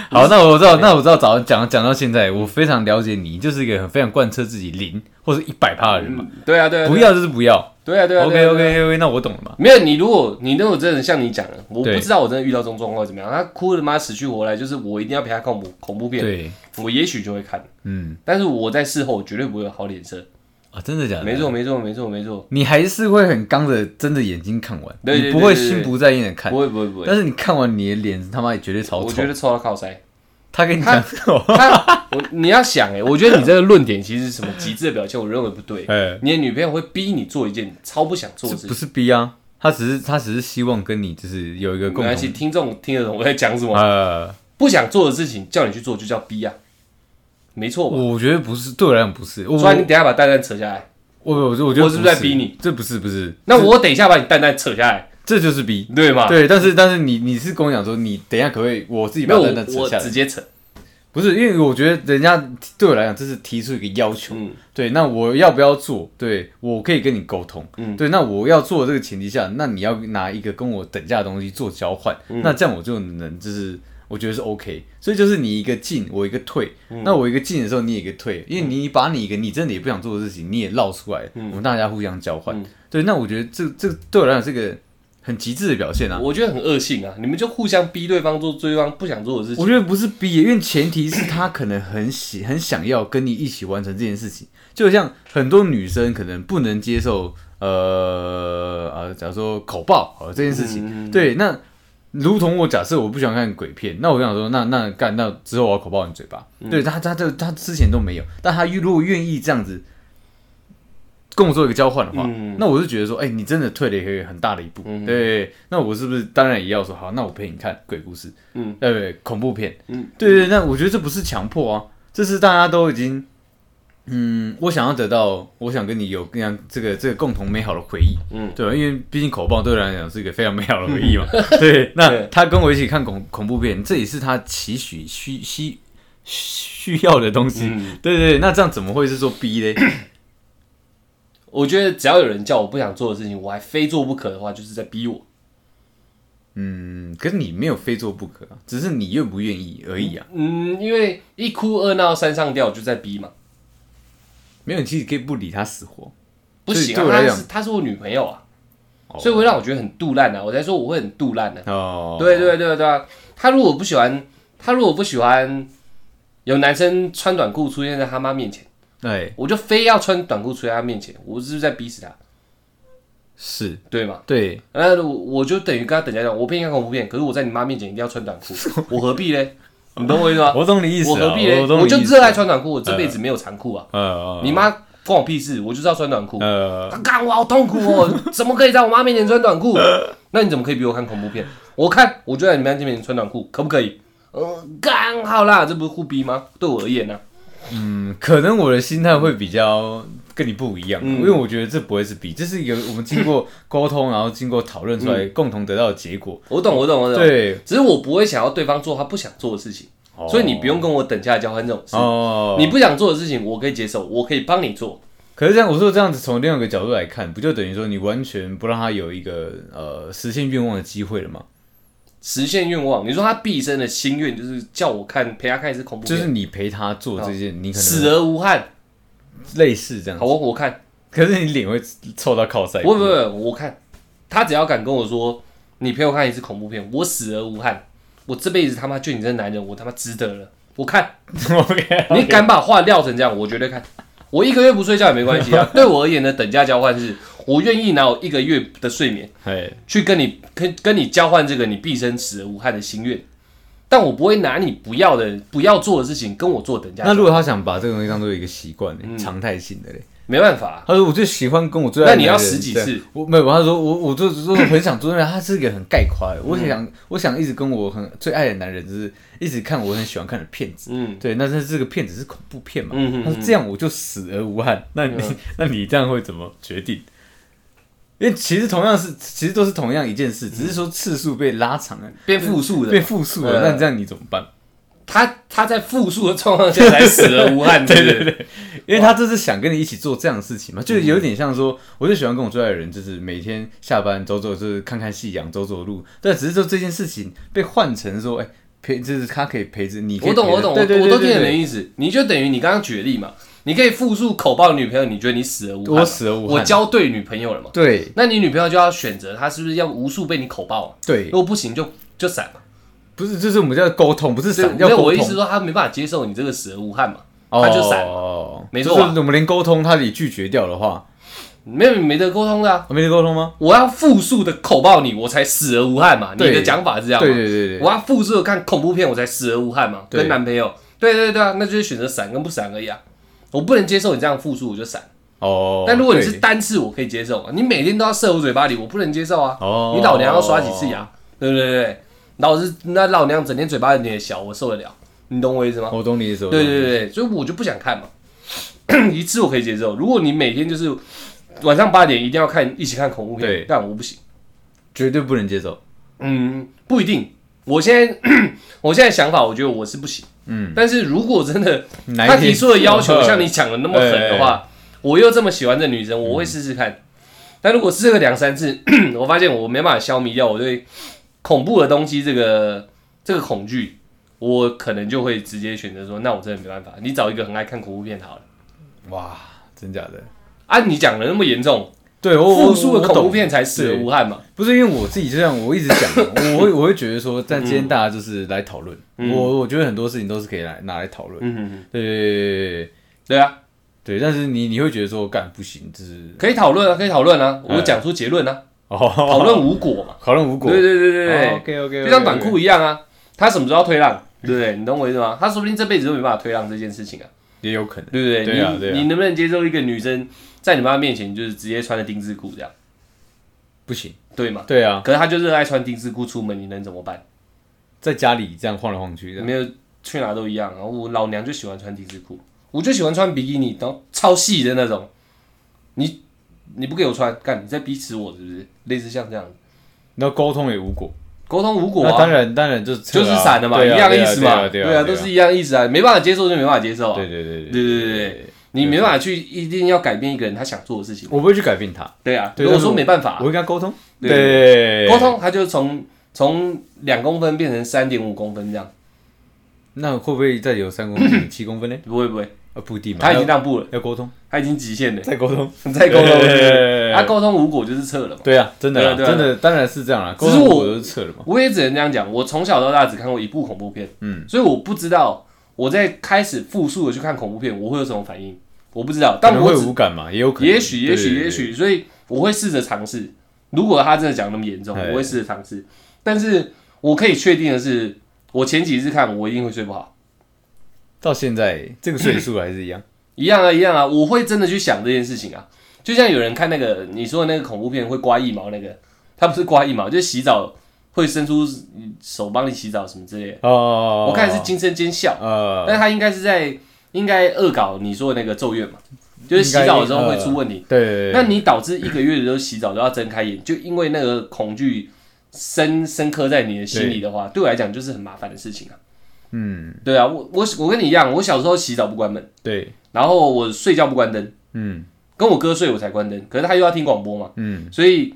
B: 好，那我知道，那我知道，早讲讲到现在，我非常了解你，就是一个很非常贯彻自己零或者一百趴的人嘛。
A: 嗯对啊对啊，对啊
B: 不要就是不要，
A: 对啊，对啊
B: OK
A: 对啊
B: OK
A: 对啊
B: OK，那我懂了嘛。
A: 没有你，如果你那种真的像你讲的，我不
B: 对
A: 知道我真的遇到这种状况怎么样。他哭的妈死去活来，就是我一定要陪他看恐怖恐怖片，
B: 对，
A: 我也许就会看，
B: 嗯
A: 但是我在事后绝对不会有好脸色。
B: 啊，真的假的？
A: 没错，没错，没错，没错，
B: 你还是会很刚的，睁着眼睛看完，
A: 对对对
B: 你不会
A: 对对
B: 心不在焉的看
A: 不。会，不会，不会。
B: 但是你看完你的脸他妈也绝对超
A: 我
B: 丑
A: 觉。得抽到靠塞，
B: 他跟你讲，
A: 他我你要想哎、我觉得你这个论点其实是什么极致的表现，我认为不对。
B: 哎，
A: 你的女朋友会逼你做一件你超不想做
B: 这
A: 的事
B: 不
A: 情，
B: 是逼啊，他只是他只是希望跟你就是有一个
A: 没
B: 共
A: 关系，
B: 同
A: 听众听得懂我在讲什么。
B: 呃，
A: 不想做的事情叫你去做，就叫逼啊，没错吧？
B: 我觉得不是，对我来讲不是。我
A: 所以你等一下把蛋蛋扯下来，
B: 我我我觉得
A: 我是不是在逼你？
B: 这不是不是，
A: 那我啊等一下把你蛋蛋扯下来，
B: 这就是逼。
A: 对吗？
B: 对，但是但是你你是跟我讲说，你等一下可不可以我自己
A: 没
B: 把
A: 有
B: 灯蛋
A: 我
B: 扯
A: 我
B: 下
A: 直
B: 来？
A: 接扯，
B: 不是，因为我觉得人家对我来讲，这是提出一个要求。
A: 嗯
B: 对，那我要不要做？对我可以跟你沟通。
A: 嗯
B: 对，那我要做的这个前提下，那你要拿一个跟我等价的东西做交换，
A: 嗯
B: 那这样我就能就是我觉得是 OK。所以就是你一个进，我一个退。
A: 嗯
B: 那我一个进的时候，你也一个退，因为你把你一个你真的也不想做的事情，你也绕出来，我们大家互相交换。
A: 嗯
B: 对，那我觉得这这对我来讲是个很极致的表现啊。
A: 我觉得很恶性啊！你们就互相逼对方做对方不想做的事情
B: 我。觉得不是逼，因为前提是他可能很喜 很想要跟你一起完成这件事情，就像很多女生可能不能接受呃呃，假如说口爆呃这件事情，
A: 嗯
B: 对，那如同我假设我不喜欢看鬼片，那我想说，那那干那之后我要口爆你嘴巴，
A: 嗯
B: 对他他这他之前都没有，但他如果愿意这样子跟我做一个交换的话，
A: 嗯
B: 那我是觉得说，哎、你真的退了一个很大的一步，
A: 嗯
B: 对，那我是不是当然也要说好，那我陪你看鬼故事，
A: 嗯，
B: 对不对？恐怖片，
A: 嗯，
B: 对对，那我觉得这不是强迫啊，这是大家都已经，嗯，我想要得到，我想跟你有这样这个这个共同美好的回忆，
A: 嗯
B: 对吧？因为毕竟口爆对我来讲是一个非常美好的回 忆嘛， 对。那
A: 对
B: 他跟我一起看恐恐怖片，这也是他期许需需需要的东西，
A: 嗯
B: 对对。对那这样怎么会是说逼嘞？
A: 我觉得只要有人叫我不想做的事情，我还非做不可的话，就是在逼我。
B: 嗯，可是你没有非做不可啊，只是你愿不愿意而已啊。
A: 嗯，因为一哭二闹三上吊就在逼嘛，
B: 没有，你其实可以不理他死活。
A: 不
B: 所以
A: 行
B: 对
A: 啊！
B: 我来
A: 她
B: 讲
A: 是她是我女朋友啊，
B: 哦
A: 所以会让我觉得很杜烂啊！我才说我会很杜烂呢、啊
B: 哦，
A: 对对对对啊！他如果不喜欢，他如果不喜欢有男生穿短裤出现在他妈面前，
B: 哎，
A: 我就非要穿短裤出现在他面前，我是不是在逼死他？
B: 是，
A: 对吗？
B: 对，
A: 那我呃我就等于跟他等价讲，我骗你看恐怖片，可是我在你妈面前一定要穿短裤， 我何必嘞？你懂我意思吗？
B: 我懂你意思啊，
A: 我何必嘞？
B: 我懂你
A: 我就
B: 意思
A: 热爱穿短裤，我这辈子没有长裤啊！
B: 呃
A: 你妈关我屁事，我就是要穿短裤。
B: 呃，
A: 啊 干，我好痛苦哦！怎么可以在我妈面前穿短 裤？那你怎么可以逼我看恐怖片？我看，我就在你妈面前穿短裤，可不可以？呃，干好啦，这不是互逼吗？对我而言呢、啊，
B: 嗯可能我的心态会比较跟你不一样，
A: 嗯
B: 因为我觉得这不会是比，这是一个我们经过沟通，然后经过讨论出
A: 嗯
B: 来共同得到的结果。
A: 我懂，我懂，我懂。，
B: 对，
A: 只是我不会想要对方做他不想做的事情，
B: 哦
A: 啊所以你不用跟我等价交换这种事。
B: 哦，
A: 你不想做的事情，我可以接受，我可以帮你做。
B: 可是这样，我说这样子从另外一个角度来看，不就等于说你完全不让他有一个呃实现愿望的机会了吗？
A: 实现愿望，你说他毕生的心愿就是叫我看陪他看一次恐怖
B: 就
A: 片，
B: 是你陪他做这件，你可
A: 死
B: 能嗯
A: 而无憾。
B: 类似这样
A: 好，，我我看，
B: 可是你脸会臭到靠塞。
A: 哎不会不会，我看他只要敢跟我说你陪我看一次恐怖片，我死而无憾，我这辈子他妈就你这男人，我他妈值得了。我看
B: ，OK，
A: 你敢把话撂成这样，我绝对看。我一个月不睡觉也没关系 啊。对我而言的等价交换是，我愿意拿我一个月的睡眠
B: 哎，
A: 去跟你跟跟你交换这个你毕生死而无憾的心愿，但我不会拿你不要的不要做的事情跟我做等价交
B: 那
A: 换。
B: 如果他想把这个东西当做一个习惯、
A: 嗯
B: 常态性的嘞，
A: 没办法啊、
B: 他说我就喜欢跟我最爱的
A: 那你
B: 男
A: 要
B: 人
A: 十几
B: 这样
A: 次？
B: 我没有，他说我我就说我很想做那样，他是一个很概括的。
A: 嗯
B: 我想我想一直跟我很最爱的男人，就是一直看我很喜欢看的片子。
A: 嗯，
B: 对，那这这个片子是恐怖片嘛？
A: 嗯嗯嗯
B: 他说这样我就死而无憾。那你、 那你这样会怎么决定？因为其实同样是，其实都是同样一件事，只是说次数被拉长了，
A: 变复数的
B: 变，复数了。
A: 嗯
B: 那这样你怎么办？
A: 他他在复数的状况下才死而无 憾，对对对，
B: 因为他这是想跟你一起做这样的事情嘛，就是有点像说，我就喜欢跟我最爱的人，就是每天下班走走，就是看啊看夕阳，走走路。但只是说这件事情被换成说，哎、陪，就是他可以陪着你可以
A: 我
B: 陪着。
A: 懂我懂，我
B: 对对对
A: 我都听
B: 对
A: 得
B: 对
A: 懂意思。你就等于你刚刚举的例嘛，你可以复述口爆女朋友，你觉得你死而无憾吗
B: 我死而无憾
A: 我交对女朋友了嘛？
B: 对
A: 那你女朋友就要选择她是不是要无数被你口爆、啊，
B: 对
A: 如，果不行就就闪嘛。
B: 不是，这是我们叫沟通，不是
A: 对，
B: 闪，
A: 没
B: 要
A: 有
B: 沟
A: 我
B: 通。
A: 的意思是说她没办法接受你这个死而无憾嘛，他就闪
B: 哦，
A: 没错啊
B: 就是我们连沟通他也拒绝掉的话，哦
A: 没有没得沟通的啊。
B: 我没得沟通吗？
A: 我要复述的口爆你，我才死而无憾嘛。你
B: 对
A: 的讲法是这样啊吗？
B: 对对对对，
A: 我要复述的看恐怖片，我才死而无憾嘛。
B: 对
A: 跟男朋友，对对对啊，那就是选择闪跟不闪而已啊。我不能接受你这样复述，我就闪。
B: 哦，
A: 但如果你是
B: 对
A: 单次，我可以接受嘛。你每天都要射我嘴巴里，我不能接受啊。
B: 哦
A: 你老娘要刷几次牙？对不对对对？老子那老娘整天嘴巴有点小，我受得了？你懂我意思吗？
B: 我懂你的意思，
A: 对
B: 我懂你
A: 对
B: 的意思，
A: 对，对所以我就不想看嘛。 一次我可以接受，如果你每天就是晚上八点一定要看一起看恐怖
B: 对
A: 片，但我不行。
B: 绝对不能接受。
A: 嗯，不一定。我现在 我现在想法，我觉得我是不行。嗯，但是如果真的
B: 哪一
A: 他
B: 天哎
A: 提出的要 求
B: 呃
A: 像你讲的那么狠的话，我又这么喜欢这女生，我会试试看。但如果试个两三次， 我发现我没办法消弭掉我对恐怖的东西这个这个恐惧，我可能就会直接选择说，那我真的没办法，你找一个很爱看恐怖片好了。
B: 哇，真假的？
A: 啊，你讲的那么严重，
B: 对我我
A: 复述的恐怖，
B: 我
A: 片才死而
B: 对
A: 无憾嘛。
B: 懂不是因为我自己就像我一直讲 的，我会我会觉得说，但今天大家就是来讨论，我我觉得很多事情都是可以来拿来讨论，
A: 嗯哼哼，
B: 对对对对
A: 对啊，
B: 对，但是你你会觉得说，干不行，就是
A: 可以讨论啊，可以讨论啊，我讲出结论啊，讨
B: 讨
A: 论无果嘛。
B: 讨论无果，哦
A: 对对对对对，
B: ，OK OK，
A: 就像短裤一样啊，他什么时候要退让，对不对？你懂我意思吗？他说不定这辈子都没办法退让这件事情啊，
B: 也有可能，
A: 对不对？
B: 对啊
A: 你
B: 对啊
A: 你能不能接受一个女生在你妈面前就是直接穿着丁字裤这样，
B: 不行，
A: 对吗？
B: 对啊，
A: 可是她就热爱穿丁字裤出门，你能怎么办？
B: 在家里这样晃来晃去这样。
A: 没有去哪都一样啊。我老娘就喜欢穿丁字裤，我就喜欢穿比基尼，然后超细的那种。你你不给我穿，干你在逼死我是不是？类似像这样
B: 那沟通也无果，
A: 沟通无果
B: 那
A: 啊，
B: 当然当然就是撤
A: 就
B: 啊
A: 是散的嘛，一
B: 对啊
A: 样意思嘛，
B: 对
A: 对
B: 啊对啊，
A: 啊，都是一样意思啊，没办法接受就没办法接受啊
B: 对。对对
A: 对对对
B: 对，
A: 你没办法去一定要改变一个人他想做的事情。
B: 我不会去改变他，
A: 对啊，
B: 对
A: 如果
B: 但是
A: 说没办法
B: 我会跟他沟通，
A: 对
B: 对
A: 沟。通，他就从从两公分变成三点五公分这样，
B: 那会不会再有三公分、七公分呢？
A: 不会不会，
B: 啊，不一定嘛，
A: 他已经
B: 要
A: 让步了，
B: 要沟通，哎
A: 他已经极 限了，
B: 再沟通，
A: 再沟通
B: 对
A: 是不
B: 对
A: 是，
B: 对
A: 他沟通无果就是撤了嘛。
B: 对啊，真的啦，
A: 对啊对啊
B: 真的当然是这样啦。
A: 只
B: 沟
A: 是
B: 通
A: 我
B: 我都撤了嘛，
A: 我也只能这样讲，我从小到大只看过一部恐怖片，嗯，所以我不知道我在开始复述的去看恐怖片，我会有什么反应，我不知道，
B: 可
A: 但
B: 能
A: 我
B: 会
A: 只
B: 无感嘛，也有可能，
A: 也许，也
B: 对
A: 许，也，许，所以我会试着尝试。如果他真的讲那么严重，
B: 哎
A: 我会试着尝试。但是我可以确定的是，我前几次看我一定会睡不好，
B: 到现在这个岁数还是 一样，
A: 一样啊，一样啊，我会真的去想这件事情啊。就像有人看那个你说的那个恐怖片会刮腋毛那个，他不是刮腋毛，就是洗澡会伸出手帮你洗澡什么之类的。
B: 哦，
A: 我看是惊声尖笑，
B: 呃，
A: 但他应该是在应该恶搞你说的那个咒怨嘛，就是洗澡的时候会出问题。
B: 对对，对
A: 那你导致一个月的时候洗澡都要睁开眼，就因为那个恐惧深深刻在你的心里的话，对我来讲就是很麻烦的事情啊。
B: 嗯，
A: 对啊，我我我跟你一样，我小时候洗澡不关门，
B: 对，
A: 然后我睡觉不关灯，
B: 嗯
A: 跟我哥睡我才关灯，可是他又要听广播嘛，
B: 嗯，
A: 所以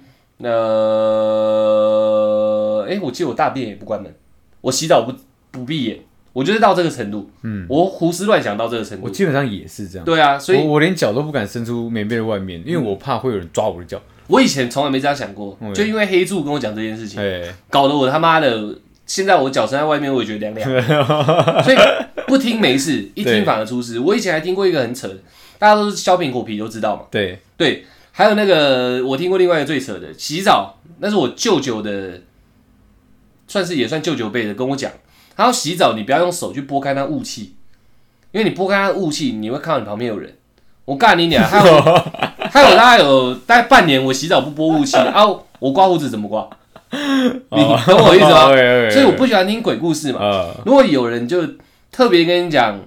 A: 呃，哎、我记得我大便也不关门，我洗澡不不闭眼，我就是到这个程度，嗯，我胡思乱想到这个程
B: 我
A: 度，
B: 基本上也是这样。
A: 对啊，嗯所以嗯
B: 我我连脚都不敢伸出棉被的外面，因为我怕会有人抓我的脚。
A: 我以前从来没这样想过，
B: 嗯
A: 就因为黑柱跟我讲这件事情。
B: 哎，
A: 搞得我他妈的，现在我脚伸在外面，我也觉得凉凉。所以不听没事，一
B: 对
A: 听反而出事。我以前还听过一个很扯的，大家都是削苹果皮都知道嘛。
B: 对，
A: 对，还有那个我听过另外一个最扯的，洗澡，那是我舅舅的，算是也算舅舅辈的，跟我讲，他要洗澡，你不要用手去拨开那雾气，因为你拨开那雾气，你会看到你旁边有人。我告诉你俩，还有还有大概有大概半年，我洗澡不拨雾气啊，我刮胡子怎么刮？你
B: 哎哦
A: 懂我意思 吗？
B: 吗
A: 所以我不喜欢听鬼故事嘛。
B: 哎呃，
A: 如果有人就特别跟你讲，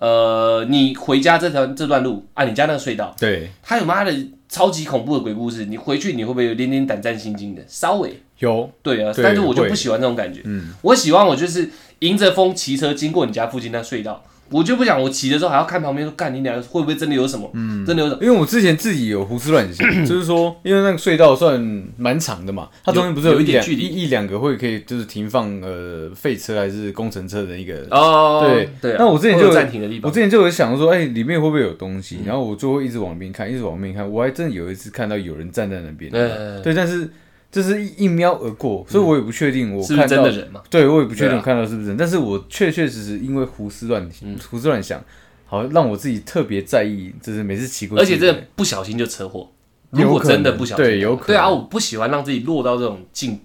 A: 呃，你回家这条这段路啊，你家那个隧道，
B: 对，
A: 它有妈的超级恐怖的鬼故事，你回去你会不会有点点胆战心惊的？稍微，
B: 有
A: 对啊，
B: 对
A: 但是我就
B: 会
A: 不喜欢这种感觉。
B: 嗯，
A: 我喜欢我就是迎着风骑车经过你家附近那隧道，我就不想我骑的时候还要看旁边说，干你俩会不会真的有什么？嗯，真的有什么？
B: 因为我之前自己有胡思乱想， 就是说，因为那个隧道算蛮长的嘛，它中间不是
A: 有
B: 一
A: 一点
B: 两
A: 距离
B: 一一两个会可以就是停放呃废车还是工程车的一个
A: 哦，
B: 对
A: 对啊，
B: 那我之前就
A: 会有
B: 有
A: 暂停的地
B: 我
A: 方，嗯
B: 之前就有想说，哎、里面会不会有东西？然后我就会一直往里面看，一直往里面看。我还真的有一次看到有人站在那边，
A: 嗯
B: 对，但是就是一一瞄而过，所以我也不确定我
A: 是
B: 看
A: 不是真
B: 到
A: 的人嘛？
B: 对我也不确
A: 对
B: 定
A: 啊
B: 我看到是不是人，但是我确确实实因为胡思乱、胡思乱想，好让我自己特别在意，就是每次骑过
A: 嗯
B: 去，
A: 而且真的不小心就车祸，
B: 有
A: 如果
B: 可能
A: 真的不小心，
B: 对有可能
A: 对啊，我不喜欢让自己落到这种境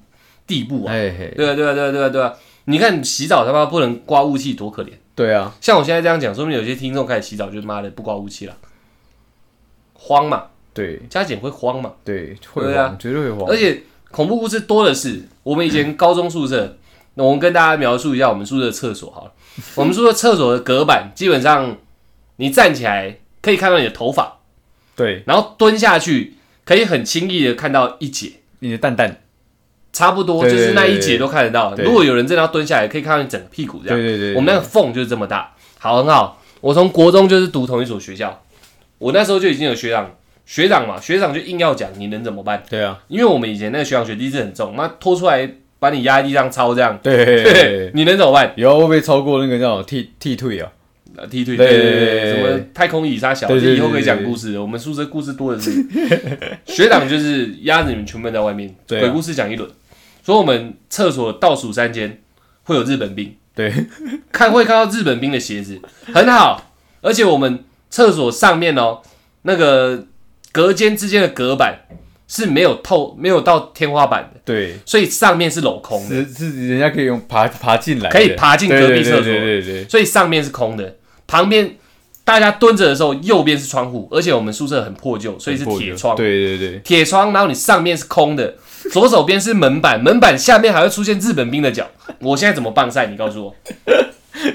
A: 地步啊。
B: 哎嘿，
A: 对啊，对啊，对啊，对啊，对啊！你看你洗澡他妈不能刮雾气，多可怜。
B: 对啊，
A: 像我现在这样讲，说明有些听众开始洗澡就妈的不刮雾气了，慌嘛，
B: 对
A: 加减会慌嘛，
B: 对，会
A: 对啊
B: 慌，绝对会慌，
A: 而且恐怖故事多的是。我们以前高中宿舍，那我们跟大家描述一下我们宿舍厕所好了。我们宿舍厕所的隔板基本上，你站起来可以看到你的头发，
B: 对
A: 然后蹲下去可以很轻易的看到一节，
B: 你的蛋蛋，
A: 差不多就是那一节都看得到。
B: 对对对
A: 如果有人真的要蹲下来，可以看到你整个屁股这
B: 对
A: 样。
B: 对对，
A: 我们那个缝就是这么大。好，很好。我从国中就是读同一所学校，我那时候就已经有学长，学长嘛，学长就硬要讲，你能怎么办？
B: 对啊，
A: 因为我们以前那个学长学弟是很重，妈拖出来把你压在地上操这样，
B: 对对对
A: 对，
B: 对，
A: 你能怎么办？
B: 以后会不会超过那个叫什么替替退啊？
A: 呃踢腿，
B: 对
A: 对
B: 对
A: 对
B: 对
A: 对，什
B: 对
A: 么太空椅杀小，
B: 对
A: 这
B: 对对
A: 以后可以讲
B: 对对
A: 故事的。我们宿舍故事多的 是，学长就是压着你们全部人在外面，
B: 对啊
A: 鬼故事讲一轮。所以我们厕所倒数三间会有日本兵，
B: 对，
A: 看会看到日本兵的鞋子，很好。而且我们厕所上面哦，那个隔间之间的隔板是没有透，没有到天花板的，
B: 对，
A: 所以上面是镂空的，
B: 是是人家可以用爬爬进来的，
A: 可以爬进隔壁厕所
B: 对对对对对
A: 所以上面是空的。旁边大家蹲着的时候，右边是窗户，而且我们宿舍很破旧，所以是铁窗。
B: 对对对，
A: 铁窗，然后你上面是空的，左手边是门板，门板下面还会出现日本兵的脚。我现在怎么棒赛？你告 诉我，
B: 对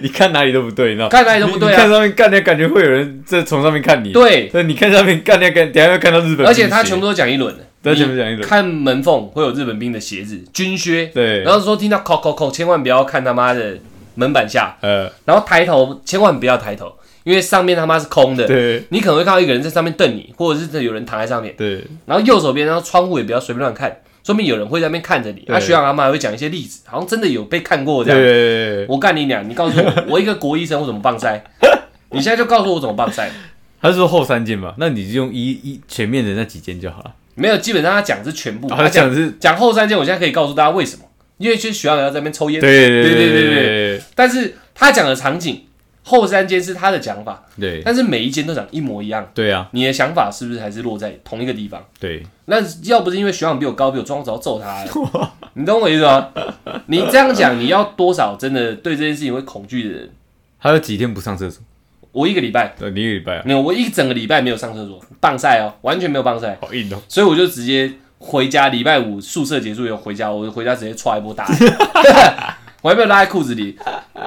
B: 你看哪里都不对，你知道？
A: 看哪里都不对啊
B: 你你看上面干，你感觉会有人在从上面看你，，
A: 对，
B: 但你看上面干，你看等一下又看到日本兵的鞋，
A: 而且他全部都讲一轮的，
B: 都全部讲一轮
A: 你看门缝会有日本兵的鞋子、军靴，
B: 对，
A: 然后说听到扣扣扣，千万不要看他妈的门板下，
B: 呃，
A: 然后抬头千万不要抬头，因为上面他妈是空的，
B: 对
A: 你可能会看到一个人在上面瞪你，或者是有人躺在上面，
B: 对
A: 然后右手边，然后窗户也不要随便乱看，说明有人会在那边看着你。
B: 对
A: 啊，学长他妈还会讲一些例子，好像真的有被看过
B: 对
A: 这样。
B: 对，对
A: 我干你娘！你告诉我， 我一个国医生我怎么棒塞？你现在就告诉我怎么棒塞？
B: 他是说后三件嘛，那你就用一一前面的那几件就好了。
A: 没有，基本上他讲是全部，
B: 啊他讲的是，
A: 讲后三件，我现在可以告诉大家为什么，因为其实学长也要在那边抽烟，
B: 对对
A: 对对
B: 对
A: 但是他讲的场景后三间是他的讲法，
B: 对对
A: 但是每一间都讲一模一样，
B: 对啊，
A: 你的想法是不是还是落在同一个地方？
B: 对
A: 那要不是因为学长比我高，比我壮，我早揍 他了。你懂我意思吗？你这样讲，你要多少真的对这件事情会恐惧的人？
B: 还有几天不上厕所，
A: 我一个礼拜
B: 呃，你一个礼拜啊，
A: 没有，我一整个礼拜没有上厕所，棒晒哦，完全没有棒晒，
B: 好硬哦，
A: 所以我就直接回家。礼拜五宿舍结束以后回家，我就回家直接踹一 波大的，我还没有拉在裤子里。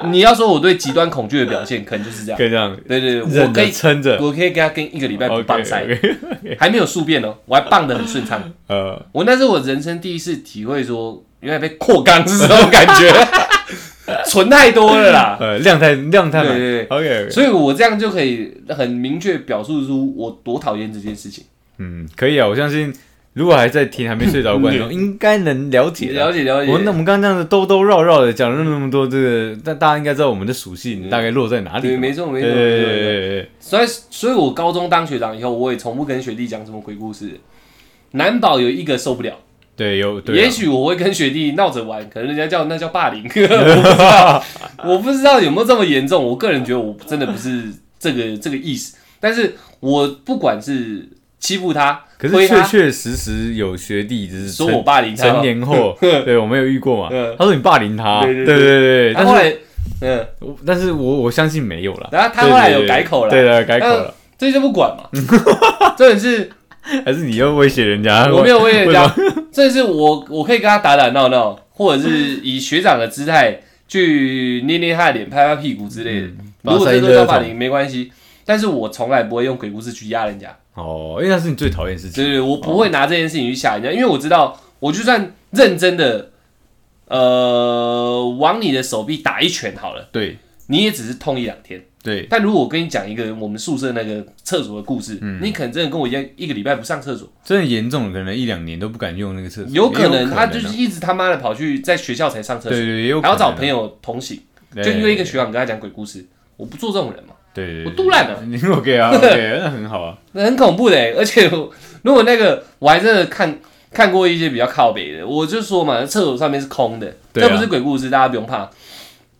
A: 你要说我对极端恐惧的表现，可能就是这样。
B: 可以这样
A: 对对对，我
B: 忍
A: 可
B: 着
A: 以，
B: 撑着，
A: 我可以跟他跟一个礼拜不
B: OK，
A: 棒赛
B: OK，
A: 还没有宿便哦，我还棒的很顺畅。
B: 呃，
A: 我那是我人生第一次体会说，原来被扩肛是什么感觉， 存太多了啦。
B: 呃，量太量太满
A: 对对对
B: ，OK，
A: 所以我这样就可以很明确表述出我多讨厌这件事情。
B: 嗯，可以啊，我相信如果还在听还没睡着的观众，应该能了解
A: 嗯了
B: 的。
A: 解了解
B: 我，那我们刚刚这样子兜兜绕绕的讲了那么多，这个但大家应该知道我们的属性大概落在哪里
A: 嗯对，
B: 嘛。
A: 没错没错。
B: 对
A: 没错
B: 对
A: 没错
B: 对对
A: 所以，所以我高中当学长以后，我也从不跟学弟讲什么鬼故事，难保有一个受不了。
B: 对，有对啊。
A: 也许我会跟学弟闹着玩，可能人家叫那叫霸凌，我不 知道，我不知道有没有这么严重。我个人觉得我真的不是这个这个意思，但是我不管是欺负他，
B: 可
A: 推
B: 是确
A: 他，
B: 确实实有学弟就是
A: 啊说我
B: 成
A: 霸凌他
B: 成
A: 嘛，
B: 年后，对我没有遇过嘛
A: 嗯。
B: 他说你霸凌他，
A: 对
B: 对
A: 对
B: 对
A: 对
B: 对。
A: 他
B: 但
A: 后
B: 是
A: 来，嗯，
B: 我，但是我我相信没有了。
A: 然后他后来有
B: 对对对
A: 改口了，
B: 对啊对，改口了。
A: 这就不 管嘛。重点是
B: 还是你又威胁人家？
A: 嗯我没有为人
B: 啊为
A: 家， 这是我我可以跟他打打闹闹，或者是以学长的姿态去捏捏他的脸、拍拍屁股之类的。如果这都叫霸凌，没关系。但是我从来不会用鬼故事去压人家，
B: 哦，因为那是你最讨厌的事
A: 对
B: 情。
A: 对，我不会拿这件事情去吓人家，因为我知道，我就算认真的，呃，往你的手臂打一拳好了，
B: 对
A: 你也只是痛一两天。
B: 对，
A: 但如果我跟你讲一个我们宿舍那个厕所的故事，你可能真的跟我一样，一个礼拜不上厕所，
B: 真的严重了，可能一两年都不敢用那个厕所，
A: 有可
B: 也
A: 能他
B: 啊
A: 就是一直他妈的跑去在学校才上厕
B: 对对
A: 所，
B: 对，也有啊
A: 还要找
B: 友，
A: 朋友同行，
B: 对
A: 就因为一个学长跟他讲鬼故事，我不做这种人嘛，
B: 对对，对
A: 我杜烂了，
B: 你 OK 啊，OK，那很好啊，
A: 那很恐怖的欸。而 且我如果那个我还真的看看过一些比较靠北的，我就说嘛，厕所上面是空的，
B: 对啊
A: 这不是鬼故事，大家不用怕。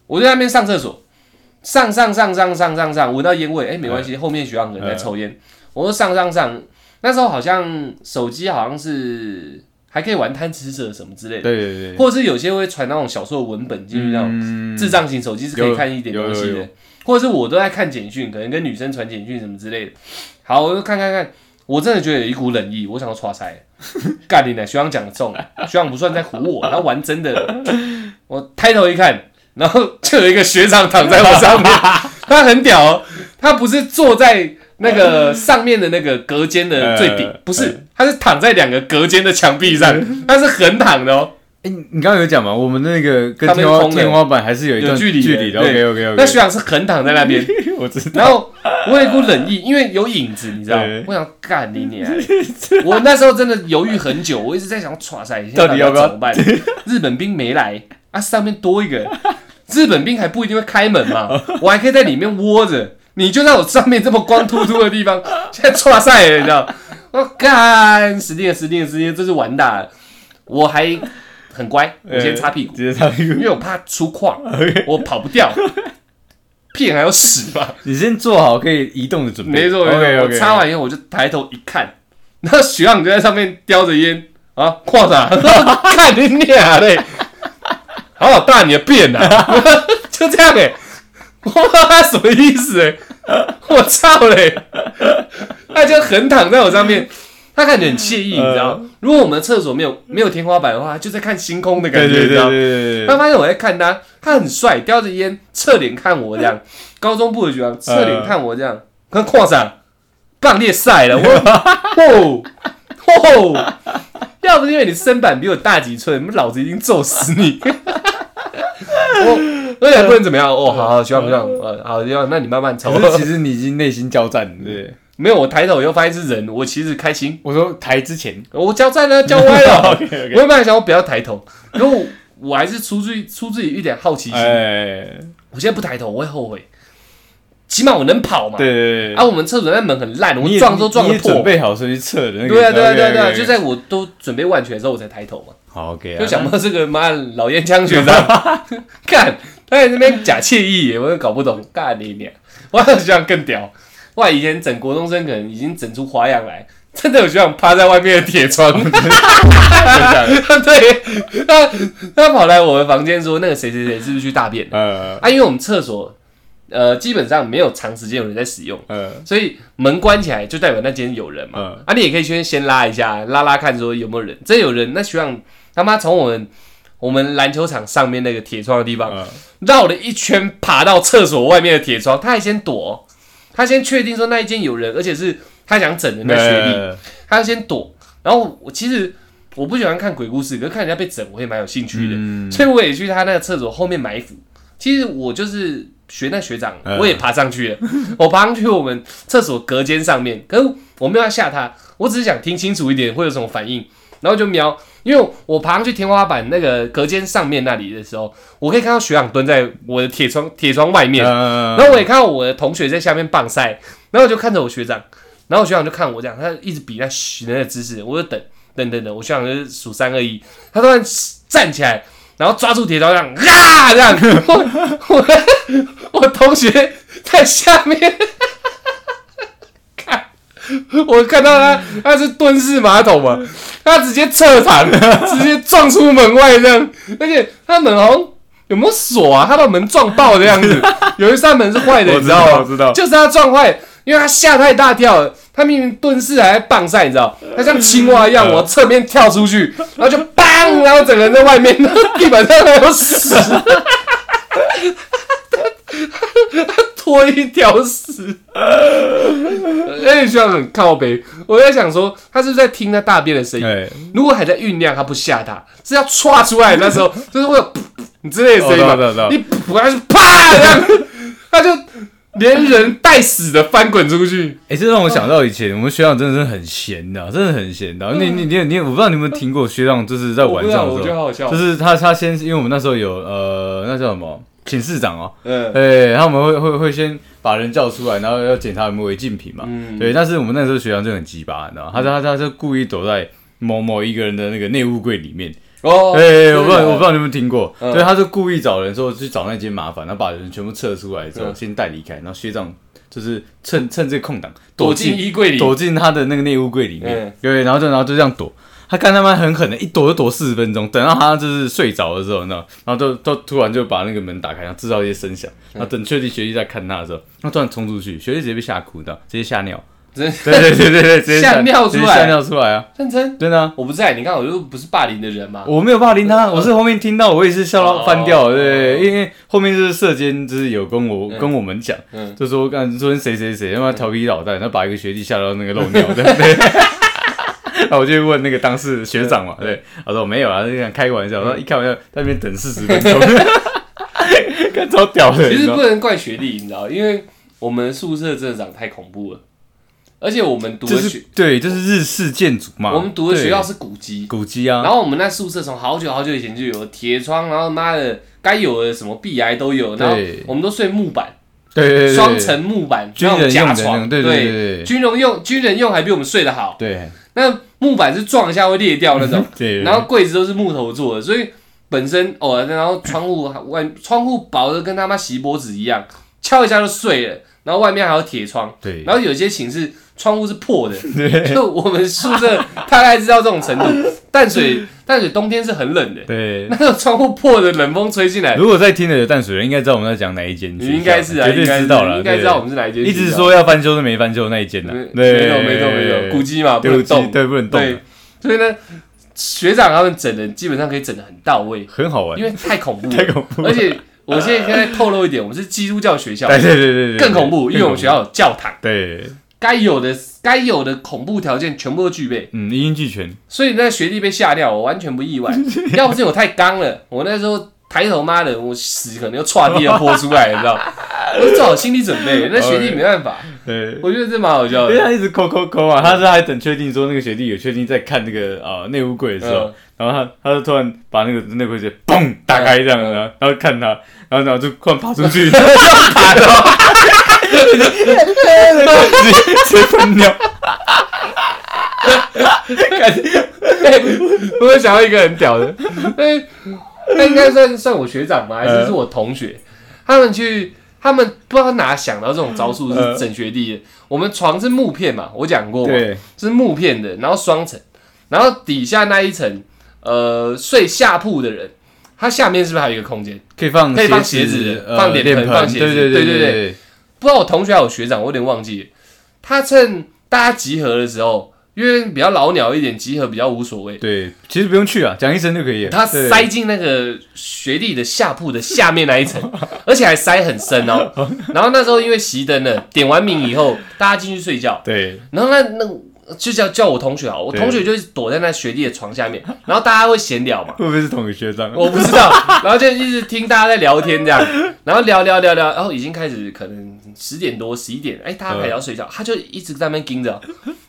A: 我就在那边上厕所，上上上上上上上，闻到烟味，哎、没关系，后面学长可能在抽烟，我就上上上。那时候好像手机好像是还可以玩贪吃蛇什么之类
B: 对
A: 的，
B: 对对对，
A: 或者是有些会传那种小说的文本进去那种。
B: 嗯
A: 智障型手机是可以看一点东
B: 有
A: 西
B: 有有
A: 的，或者是我都在看简讯，可能跟女生传简讯什么之类的。好，我就看看看，我真的觉得有一股冷意，我想要刷 塞。干你呢，学长讲的中，学长不算在唬我，他玩真的。我抬头一看，然后就有一个学长躺在我上 面，他很屌、哦，他不是坐在。那 个上面的那个隔间的最顶
B: 呃，
A: 不是，他是躺在两个隔间的墙壁上， 他是横躺的哦。
B: 哎，你你刚刚有讲嘛？我们那个跟
A: 他们
B: 天
A: 是
B: 花
A: 空的
B: 天花板还是有一段
A: 有距离的
B: 距离的。OK
A: 对
B: OK OK，
A: 那学长是横躺在那 边，
B: 我知道，
A: 然后我有一股冷意，因为有影子，你知道吗
B: 对？
A: 我想干你 娘！我那时候真的犹豫很久，我一直在想，唰塞，现在
B: 到底要
A: 要
B: 不要
A: 怎么 办？日本兵没来啊，上面多一个日本兵还不一定会开门嘛，我还可以在里面窝着。你就在我上面这么光秃秃的地方， 现在唰塞了，你知道？我干，死定了，死定了，死定了，这是完蛋了！我还很乖，我先擦屁股
B: 呃， 直接擦屁
A: 因
B: 股。
A: 为我怕出框，我跑不掉，屁还要屎吧？
B: 你先做好可以移动的准备。
A: 没错没
B: ，OK
A: 错，我
B: OK。
A: 擦完以后我就抬头一看，那徐朗就在上面叼着烟啊，跨啥？ 看你俩嘞，好好大你的便呐、 就这样哎、欸，哇，什么意思哎、我操嘞！他就横躺在我上面，他感觉很惬意，你知
B: 呃
A: 道吗？如果我们的厕所没有没有天花板的话，他就在看星空的感
B: 对
A: 觉，
B: 对
A: 你知
B: 对
A: 道吗？
B: 对对
A: 他
B: 对。
A: 发现我在看他，他很帅，叼着烟，侧脸看我这样， 高中部的学长侧脸看我这样，跟矿上棒裂晒 了，我，哦哦，要不是因为你身板比我大几寸，老子已经揍死你。 我而且还不能怎么样哦，好好学长学长，呃，好学长，那你慢慢抽。
B: 嗯可是其实你已经内心交战了，对。
A: 没有，我抬头以后发现是人，我其实开心，
B: 我说台之 前
A: 我交战呢，交歪 了。
B: OK
A: 我
B: OK。
A: 原本还想我不要抬头，然后我我还是出自于出自于一点好奇心，
B: 哎，
A: 我现在不抬头，我会后悔。起码我能跑嘛。
B: 对对对。
A: 啊，我们厕所那门很烂，我
B: 你也
A: 撞都撞
B: 你
A: 得
B: 也准
A: 破。
B: 备好是去测的那个。
A: 对啊，对啊，
B: OK，OK，OK
A: 对啊，对啊，就在我都准备万全的时候，我才抬头嘛。
B: 好 OK 啊。
A: 就 想不到这个妈的老烟枪学长， 干他在那边假惬意耶，我也搞不懂，干你娘！我这样更屌。哇，以前整国中生可能已经整出花样来，真的有学长趴在外面的铁 窗，对，他他跑来我的房间说，那个谁谁谁是不是去大便了？
B: 呃
A: 啊，因为我们厕所呃基本上没有长时间有人在使用，
B: 呃
A: 所以门关起来就代表那间有人嘛。
B: 嗯
A: 啊，你也可以先先拉一下，拉拉看说有没有人。真有人，那学长他妈从我们我们篮球场上面那个铁窗的地方
B: 呃，
A: 绕了一圈，爬到厕所外面的铁窗，他还先躲，哦他先确定说那一间有人，而且是他想整人的学弟，
B: 呃
A: 他先躲。然后我其实我不喜欢看鬼故事，可是看人家被整，我也蛮有兴趣的。
B: 嗯，
A: 所以我也去他那个厕所后面埋伏。其实我就是学那学长，
B: 嗯
A: 我也爬上去 了，我爬上去我们厕所隔间上面，可是我没有要吓他，我只是想听清楚一点会有什么反应，然后就瞄，因为我爬上去天花板那个隔间上面那里的时候，我可以看到学长蹲在我的铁窗铁窗外面，
B: 呃
A: 然后我也看到我的同学在下面棒赛，然后我就看着我学长，然后我学长就看我这样，他一直比那嘘那个姿势，我就等等等等，我学长就是数三二一，他突然站起来，然后抓住铁刀这样啊这样，我我我同学在下面，看我看到他他是蹲式马桶嘛，他直接侧躺，直接撞出门外这样，而且他门好像。有没有锁啊？他把门撞爆的样子，有一扇门是坏的，
B: 我
A: 你
B: 知
A: 知道吗
B: 道？我知道，
A: 就是他撞坏，因为他吓太大跳了，他明明蹲式还在棒赛，你知道，他像青蛙一样
B: 嗯
A: 往侧面跳出去，然后就砰，然后整个人在外面， 然后地板上还有屎，他拖一条屎，而且学长很靠北，我在想说他是不是在听他大便的声音，
B: 哎，
A: 如果还在酝酿，他不吓他，是要歘出来的那时候，就是会有噗噗之类的声音嘛
B: 哦知道知道知道，
A: 你噗，他就啪这样，他就连人带死的翻滚出去。
B: 哎、这让我想到以前我们学长真的是很闲的、啊真的很闲的、你你你你，我不知道你们听过学长，就是在晚上
A: 我
B: 的
A: 不知道我觉
B: 时
A: 得好好笑
B: 候，就是他他先，因为我们那时候有呃，那叫什么寝室长哦，
A: 嗯，
B: 对，他们会会会先把人叫出来，然后要检查有没有违禁品嘛。
A: 嗯
B: 对，但是我们那时候学长就很鸡巴，你知道吗？他他他就故意躲在某某一个人的那个内务柜里面。
A: 哦，
B: 对，
A: 真的
B: 我不知道
A: 假的
B: 我不知道你们有没有听过，
A: 嗯
B: 对，他就故意找人说去找那间麻烦，然后把人全部撤出来之后，
A: 嗯
B: 先带离开，然后学长就是趁趁这个空档
A: 躲进衣柜里，
B: 躲进他的那个内务柜里面，
A: 嗯
B: 对，然后就然后就这样躲。他看他妈很狠的，一躲就躲四十分钟，等到他就是睡着的时候，你知道，然后就就突然就把那个门打开，然后制造一些声响，然后等确定学弟在看他的时候，他突然冲出去，学弟直接被吓哭，你知道，直接吓尿，
A: 真
B: 对对对对对，直接
A: 吓尿出来
B: 直接吓尿出来啊，
A: 认真。
B: 真的、啊，
A: 我不在，你看我就不是霸凌的人嘛。
B: 我没有霸凌他，我是后面听到我也是笑到翻掉，
A: 哦
B: 对，因为后面就是社监就是有跟我跟我们讲，
A: 嗯
B: 就说干昨天谁谁谁他妈调皮捣蛋，他把一个学弟吓到那个漏尿，对 不对？然后我就问那个当事学长嘛，对，他说没有啊，就想开个玩笑，然后一开玩笑在那边等四十分 钟，看超屌的，
A: 其实
B: 你知道
A: 不能怪学历，你知道，因为我们宿舍真的长太恐怖了，而且我们读
B: 就
A: 的学
B: 是，对，就是日式建筑嘛，
A: 我们读的学校
B: 对
A: 是古迹，
B: 古迹啊，
A: 然后我们那宿舍从好久好久以前就有铁窗，然后妈的该有的什么壁癌都有，然后
B: 对
A: 我们都睡木板，
B: 对对对对，
A: 双层木板，
B: 军人
A: 那种
B: 用
A: 假
B: 的
A: 床，
B: 那种对对对对
A: 军人用军人用还比我们睡得好，
B: 对
A: 那木板是撞一下会裂掉那种，
B: 对，
A: 然后柜子都是木头做的，所以本身哦，然后窗户外窗户薄的跟他妈锡箔纸一样，敲一下就碎了，然后外面还有铁窗，
B: 对
A: 然后有些寝室窗户是破 的，就我们宿舍大概知道这种程度。淡水淡水冬天是很冷的，
B: 对
A: 那。个窗户破的冷风吹进 来，
B: 如果在听的有淡水人，应该知道我们在讲哪一间
A: 你
B: 学校，
A: 应该是啊，
B: 绝对
A: 应该是
B: 知道了，
A: 应该知道我们是哪一间
B: 对。
A: 学
B: 一
A: 校。
B: 直说要翻修都没翻修那一间呢，
A: 没
B: 对，
A: 没错没错没错，古迹啊嘛不
B: 对
A: 能
B: 不起
A: 动，
B: 对，不能动
A: 对
B: 啊，，
A: 所以呢，学长他们整的基本上可以整的很到位，
B: 很好玩
A: 因，为太恐怖了，
B: 太恐怖了
A: 而且我现在现在透露一点，我们是基督教学校，
B: 对对对对对，
A: 更恐怖，因为我们学
B: 校
A: 校有教堂，
B: 对，
A: 该有的该有的恐怖条件全部都具备，
B: 嗯，一应俱全，
A: 所以那学弟被吓尿，我完全不意 外。要不是我太刚了，我那时候抬头，妈的，我屎可能又歘地要泼出来，你知道？我做好心理准备，那学弟没办法，
B: 对。
A: 我觉得这蛮好笑
B: 因为
A: 的。
B: 他一直抠抠抠啊，他是还等确定说那个学弟有确定在看那个呃内务柜的时候
A: 嗯，
B: 然后他他就突然把那个内务柜直接嘣打开这样
A: 嗯
B: 子，然后看他，然后然后就突然爬出 去，爬到， 直接直接喷尿，
A: 哎我有想到一个很屌的， 哎，他应该算算我学长吗？还是是我同学？他们去，他们不知道哪想到这种招数是整学弟的。我们床是木片嘛，我讲过嘛，
B: 对，
A: 是木片的，然后双层，然后底下那一层，呃，睡下铺的人，他下面是不是还有一个空间？
B: 可以放
A: 可以放
B: 鞋
A: 鞋子
B: 呃
A: 放脸
B: 脸
A: 盆
B: 盆，
A: 放鞋子
B: 对对
A: 对
B: 对
A: 对不知道我同学还有学长，我有点忘记了。他趁大家集合的时候，因为比较老鸟一点，集合比较无所谓。
B: 对，其实不用去啊，讲一声就可以了。
A: 他
B: 对
A: 塞进那个学弟的下铺的下面那一层， 而且还塞很深哦。 然后那时候因为熄灯了，点完名以后，大家进去睡觉。
B: 对
A: 然后那那就叫叫我同学啊，我
B: 对
A: 同学就一直躲在那学弟的床下面，然后大家会闲聊嘛，
B: 会不会是同个学长？
A: 我不知道，然后就一直听大家在聊天这样， 然后聊聊聊聊，然后已经开始可能十点多十一点，哎，大家还要睡觉，他就一直在那边盯着，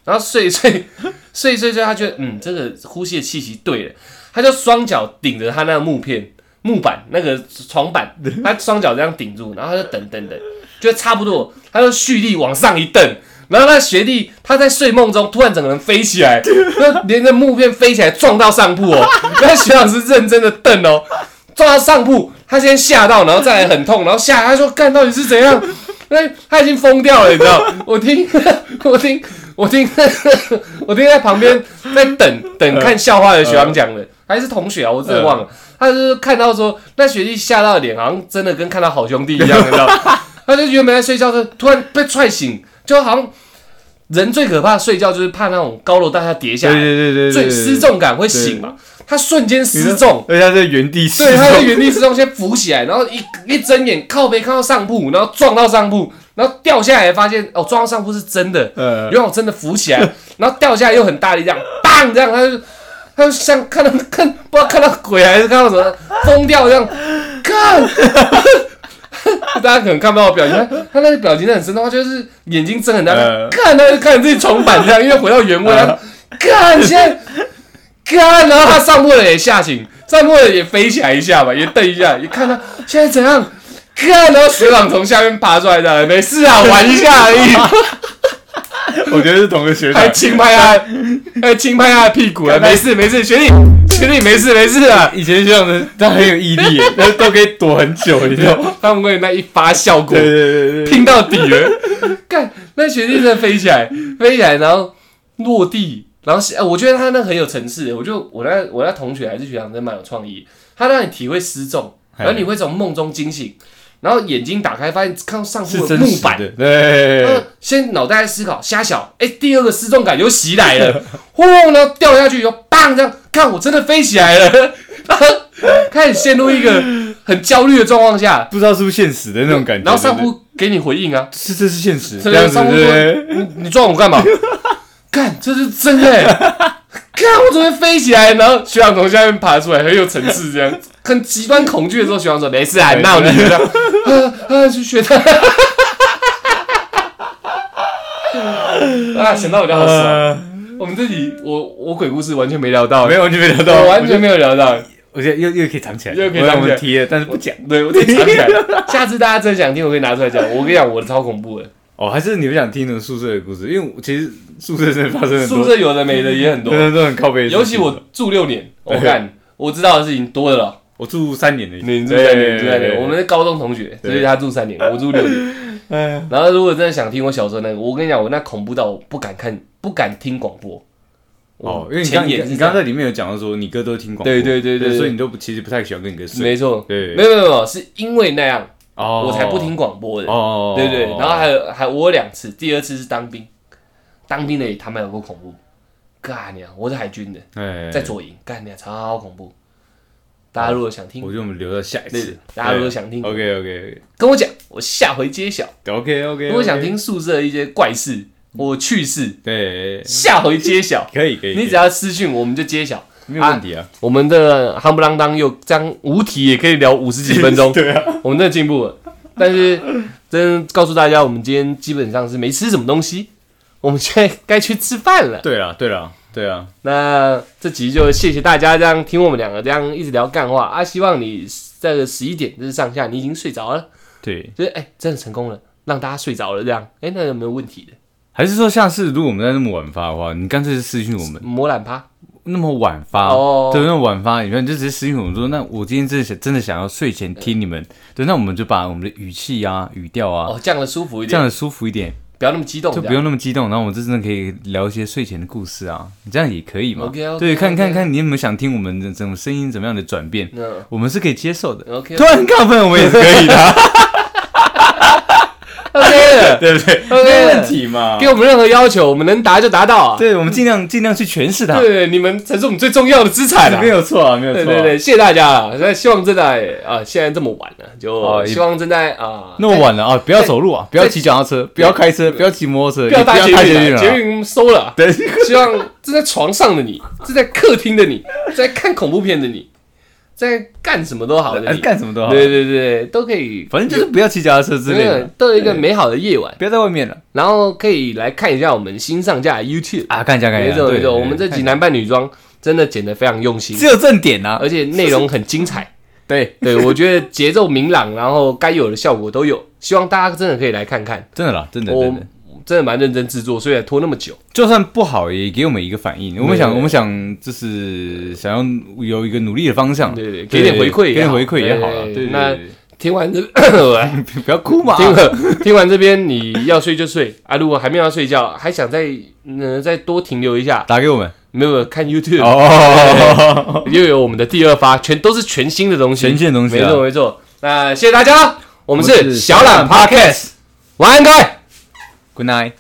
A: 然后睡一睡 睡一睡睡，他觉得嗯这个呼吸的气息对了，他就双脚顶着他那个木片木板那个床板，他双脚这样顶住，然后他就等等等，就差不多，他就蓄力往上一蹬。然后那学弟他在睡梦中突然整个人飞起来，那连着木片飞起来撞到上铺哦。 那学长是认真的瞪哦，撞到上铺，他先吓到，然后再来很痛，然后吓他说干到底是怎样？ 那他已经疯掉了，你知道？我听， 我听，我听， 我听在旁边在等等看笑话的学长讲的，还是同学啊，我真的忘了。他就是看到说那学弟吓到的脸，好像真的跟看到好兄弟一样，你知道？他就原本在睡觉的时候，突然被踹醒，就好像人最可怕的睡觉就是怕那种高楼大厦跌下
B: 对
A: 来，
B: 对对对对，
A: 最失重感会醒嘛。他瞬间失重，
B: 而且他在原地失
A: 对，
B: 重，
A: 他在原地失重，先浮起来，然后一一睁眼靠背看到上铺，然后撞到上铺，然后掉下来，发现哦撞到上铺是真的，
B: 呃
A: 因为我真的浮起来， 然后掉下来又很大力，这样砰这样，他就他就像看到看不知道看到鬼还是看到什么疯掉这样，看， 大家可能看不到我表情，他他那个表情真的很生动，他就是眼睛睁很大，
B: 呃
A: 看他就看着自己重板这样，因为回到原位，他看现在看，然后他上坡了也吓醒，上坡了也飞起来一下吧，也蹬一下，一看他现在怎样，看，然后水网从下面爬出来的，没事啊，玩一下而已，
B: 我觉得是同 个学
A: 还
B: 长。
A: 哎轻拍他，还轻拍他的屁股，啊没事没事，学弟学弟没事没事啊。
B: 以前学长的他很有毅 力耶，他都可以躲很久，你知道吗？
A: 他们为那一发效果
B: 对对对对，
A: 拼到底了，干那雪地真的飞起来，飞起来，然后落地，然后是哎，我觉得他那很有层次，欸我就我那我那同学还是学长，真蛮有创意，他让你体会失重，
B: 嘿
A: 然后你会从梦中惊醒，然后眼睛打开发现看到上铺
B: 是
A: 的
B: 真
A: 木
B: 实
A: 板。呃
B: 的。对
A: 然后先脑袋在思考，瞎想，哎、第二个失重感又袭来 了，轰，然后掉下去以后，砰，这样，看我真的飞起来了， 然后开始陷入一个很焦虑的状况下，
B: 不知道是不是现实的那种感觉。
A: 然后上
B: 对对
A: 铺给你回应啊，
B: 是这是现实，
A: 这
B: 这样
A: 个
B: 子
A: 上铺
B: 对对
A: 说
B: 对
A: 你你撞我干 嘛？干，这是真的、欸，看我怎么会飞起来，然后学长从下面爬出来，很有层次，这样很极端恐惧的时候，学长说没事啊，
B: 没事
A: 闹你这样，啊啊，去学 他。啊，想到我就好爽。
B: 呃，
A: 我们这里，我我鬼故事完全没聊到，
B: 没有完全没聊到，
A: 我完全没有聊到。
B: 我觉得，我现在又又可以藏起来，
A: 又可以
B: 我让
A: 藏
B: 我
A: 起来
B: 们提了，但是不讲。
A: 对，我自己藏 起来。下次大家真想听，我可以拿出来讲。我跟你讲，我的超恐怖的。
B: 哦，还是你们想听的宿舍的故事？因为我其实宿舍真的发生很
A: 宿
B: 多，
A: 舍有的没的也很多
B: 真，的都很靠背的事情。啊
A: 尤其我住六 年，我看我知道的事情多的了。
B: 我住三年的，
A: 你住
B: 对
A: 三
B: 对
A: 年，
B: 对
A: 住三
B: 对
A: 年，
B: 对
A: 我们是高中同学，所以
B: 对
A: 他住三 年，我住六年。
B: 哎
A: 然后如果真的想听我小时候那个，我跟你讲，我那恐怖到我不敢看，不敢听广播。
B: 哦，
A: 我
B: 因为你
A: 前
B: 刚你
A: 眼是
B: 刚你
A: 这样
B: 刚在里面有讲到说你哥都听广播，
A: 对对对对对
B: 所以你都不其实不太喜欢跟你哥睡，
A: 没错，
B: 对，
A: 没有没有没有，是因为那样
B: 哦，
A: 我才不听广播的。
B: 哦，
A: 对对，然后还有还我有两次，第二次是当兵，当兵的也他妈有够恐怖，干娘，我是海军的，
B: 哎，
A: 在左营，干娘超恐怖。大家如果想听
B: 我，觉得我们留到下一
A: 对
B: 次，，哎
A: 大家如果想听，
B: OK OK
A: 跟我讲，我下回揭晓。
B: OK OK，
A: 如果想，听宿舍一些怪事或趣事，
B: 对，。
A: 下回揭晓
B: 可以可以，
A: 你只
B: 要
A: 要私讯，我们就揭晓。
B: 没有问题啊，
A: 我们的夯不啷当又将无题也可以聊五十几分钟，
B: 对啊，
A: 我们真的进步了。但是真告诉大家，我们今天基本上是没吃什么东西，我们现在该去吃饭了。
B: 对啊对啊对啊，
A: 那这集就谢谢大家这样听我们两个这样一直聊干话啊！希望你在这十一点这上下你已经睡着了，
B: 对，
A: 就是哎、真的成功了，让大家睡着了这样，哎、那有没有问题的？
B: 还是说下次如果我们在那么晚发的话，你干脆私信我们，
A: 摸懒趴，
B: 那么晚发，
A: 哦
B: 对，那么晚发，你看你就直接私信我们说，那我今天真的想真的想要睡前听你们，对，那我们就把我们的语气啊、语调啊，
A: 哦，这样的舒服一
B: 这样
A: 点，
B: 的舒服一点，
A: 不要那么激动，
B: 就不用那么激动，然后我们就真的可以聊一些睡前的故事啊，你这样也可以嘛
A: OK，OK，
B: 对，看
A: OK
B: 看看你有没有想听我们的怎么声音怎么样的转变，
A: 这样。
B: 我们是可以接受的。
A: 嗯，OK
B: 突然很亢奋，我们也是可以 的啊，
A: OK 的，
B: 对不对？
A: OK
B: 没问题嘛
A: 给。我们任何要求，我们能达就达到啊。
B: 对，我们尽量尽量去诠释它，
A: 对，你们才是我们最重要的资产啊
B: 没。有错啊，没有错
A: 对
B: 啊。
A: 对对，谢谢大家啊！那希望正在啊，现在这么晚了，就
B: 哦
A: 希望正在啊，
B: 那么晚了啊，不要走路啊，不要骑脚踏车，不要开车，不要骑摩托车，
A: 不要
B: 也不
A: 搭
B: 要
A: 捷
B: 开
A: 运
B: 运
A: 了，
B: 啊
A: 捷运收了啊。
B: 对，
A: 希望正在床上的你，正在客厅的你，在看恐怖片的你，在干什么都好的
B: 哎
A: 你，
B: 干什么都好，
A: 对对对，都可以，
B: 反正就是不要骑脚踏车之类的，
A: 都有一个美好的夜晚，
B: 不要在外面了
A: 然后可以来看一下我们新上架的 YouTube。
B: 啊！看一下看一
A: 没
B: 下，
A: 错
B: 对
A: 没错，
B: 对
A: 我们这集
B: 看一下
A: 男扮女装真的剪得非常用心
B: 只，有正点啊，
A: 而且内容很精彩。
B: 对，
A: 对，我觉得节奏明朗，然后该有的效果都有，希望大家真的可以来看看。
B: 真的啦，真的
A: 我
B: 真的，
A: 真的蛮认真制作，虽然拖那么久。
B: 就算不好也给我们一个反应，我们想
A: 对
B: 我们想就是想要有一个努力的方向，
A: 对对给点回馈
B: 给
A: 也
B: 点
A: 好
B: 回馈也好了，
A: 对
B: 对，
A: 那
B: 对
A: 听完这，
B: 对不要 哭嘛，
A: 听完听完这边，你要睡就睡啊！如果还没有要睡觉，还想再嗯、呃再多停留一下，
B: 打给我 们
A: 没有看 YouTube、
B: 哦，
A: 又有我们的第二发，全都是全新的东西，
B: 全新的东西
A: 没
B: 啊
A: 错没错。那谢谢大家，我们
B: 我
A: 是
B: 是
A: 小懒
B: 小懒
A: Podcast，晚安各位。
B: ，Good night。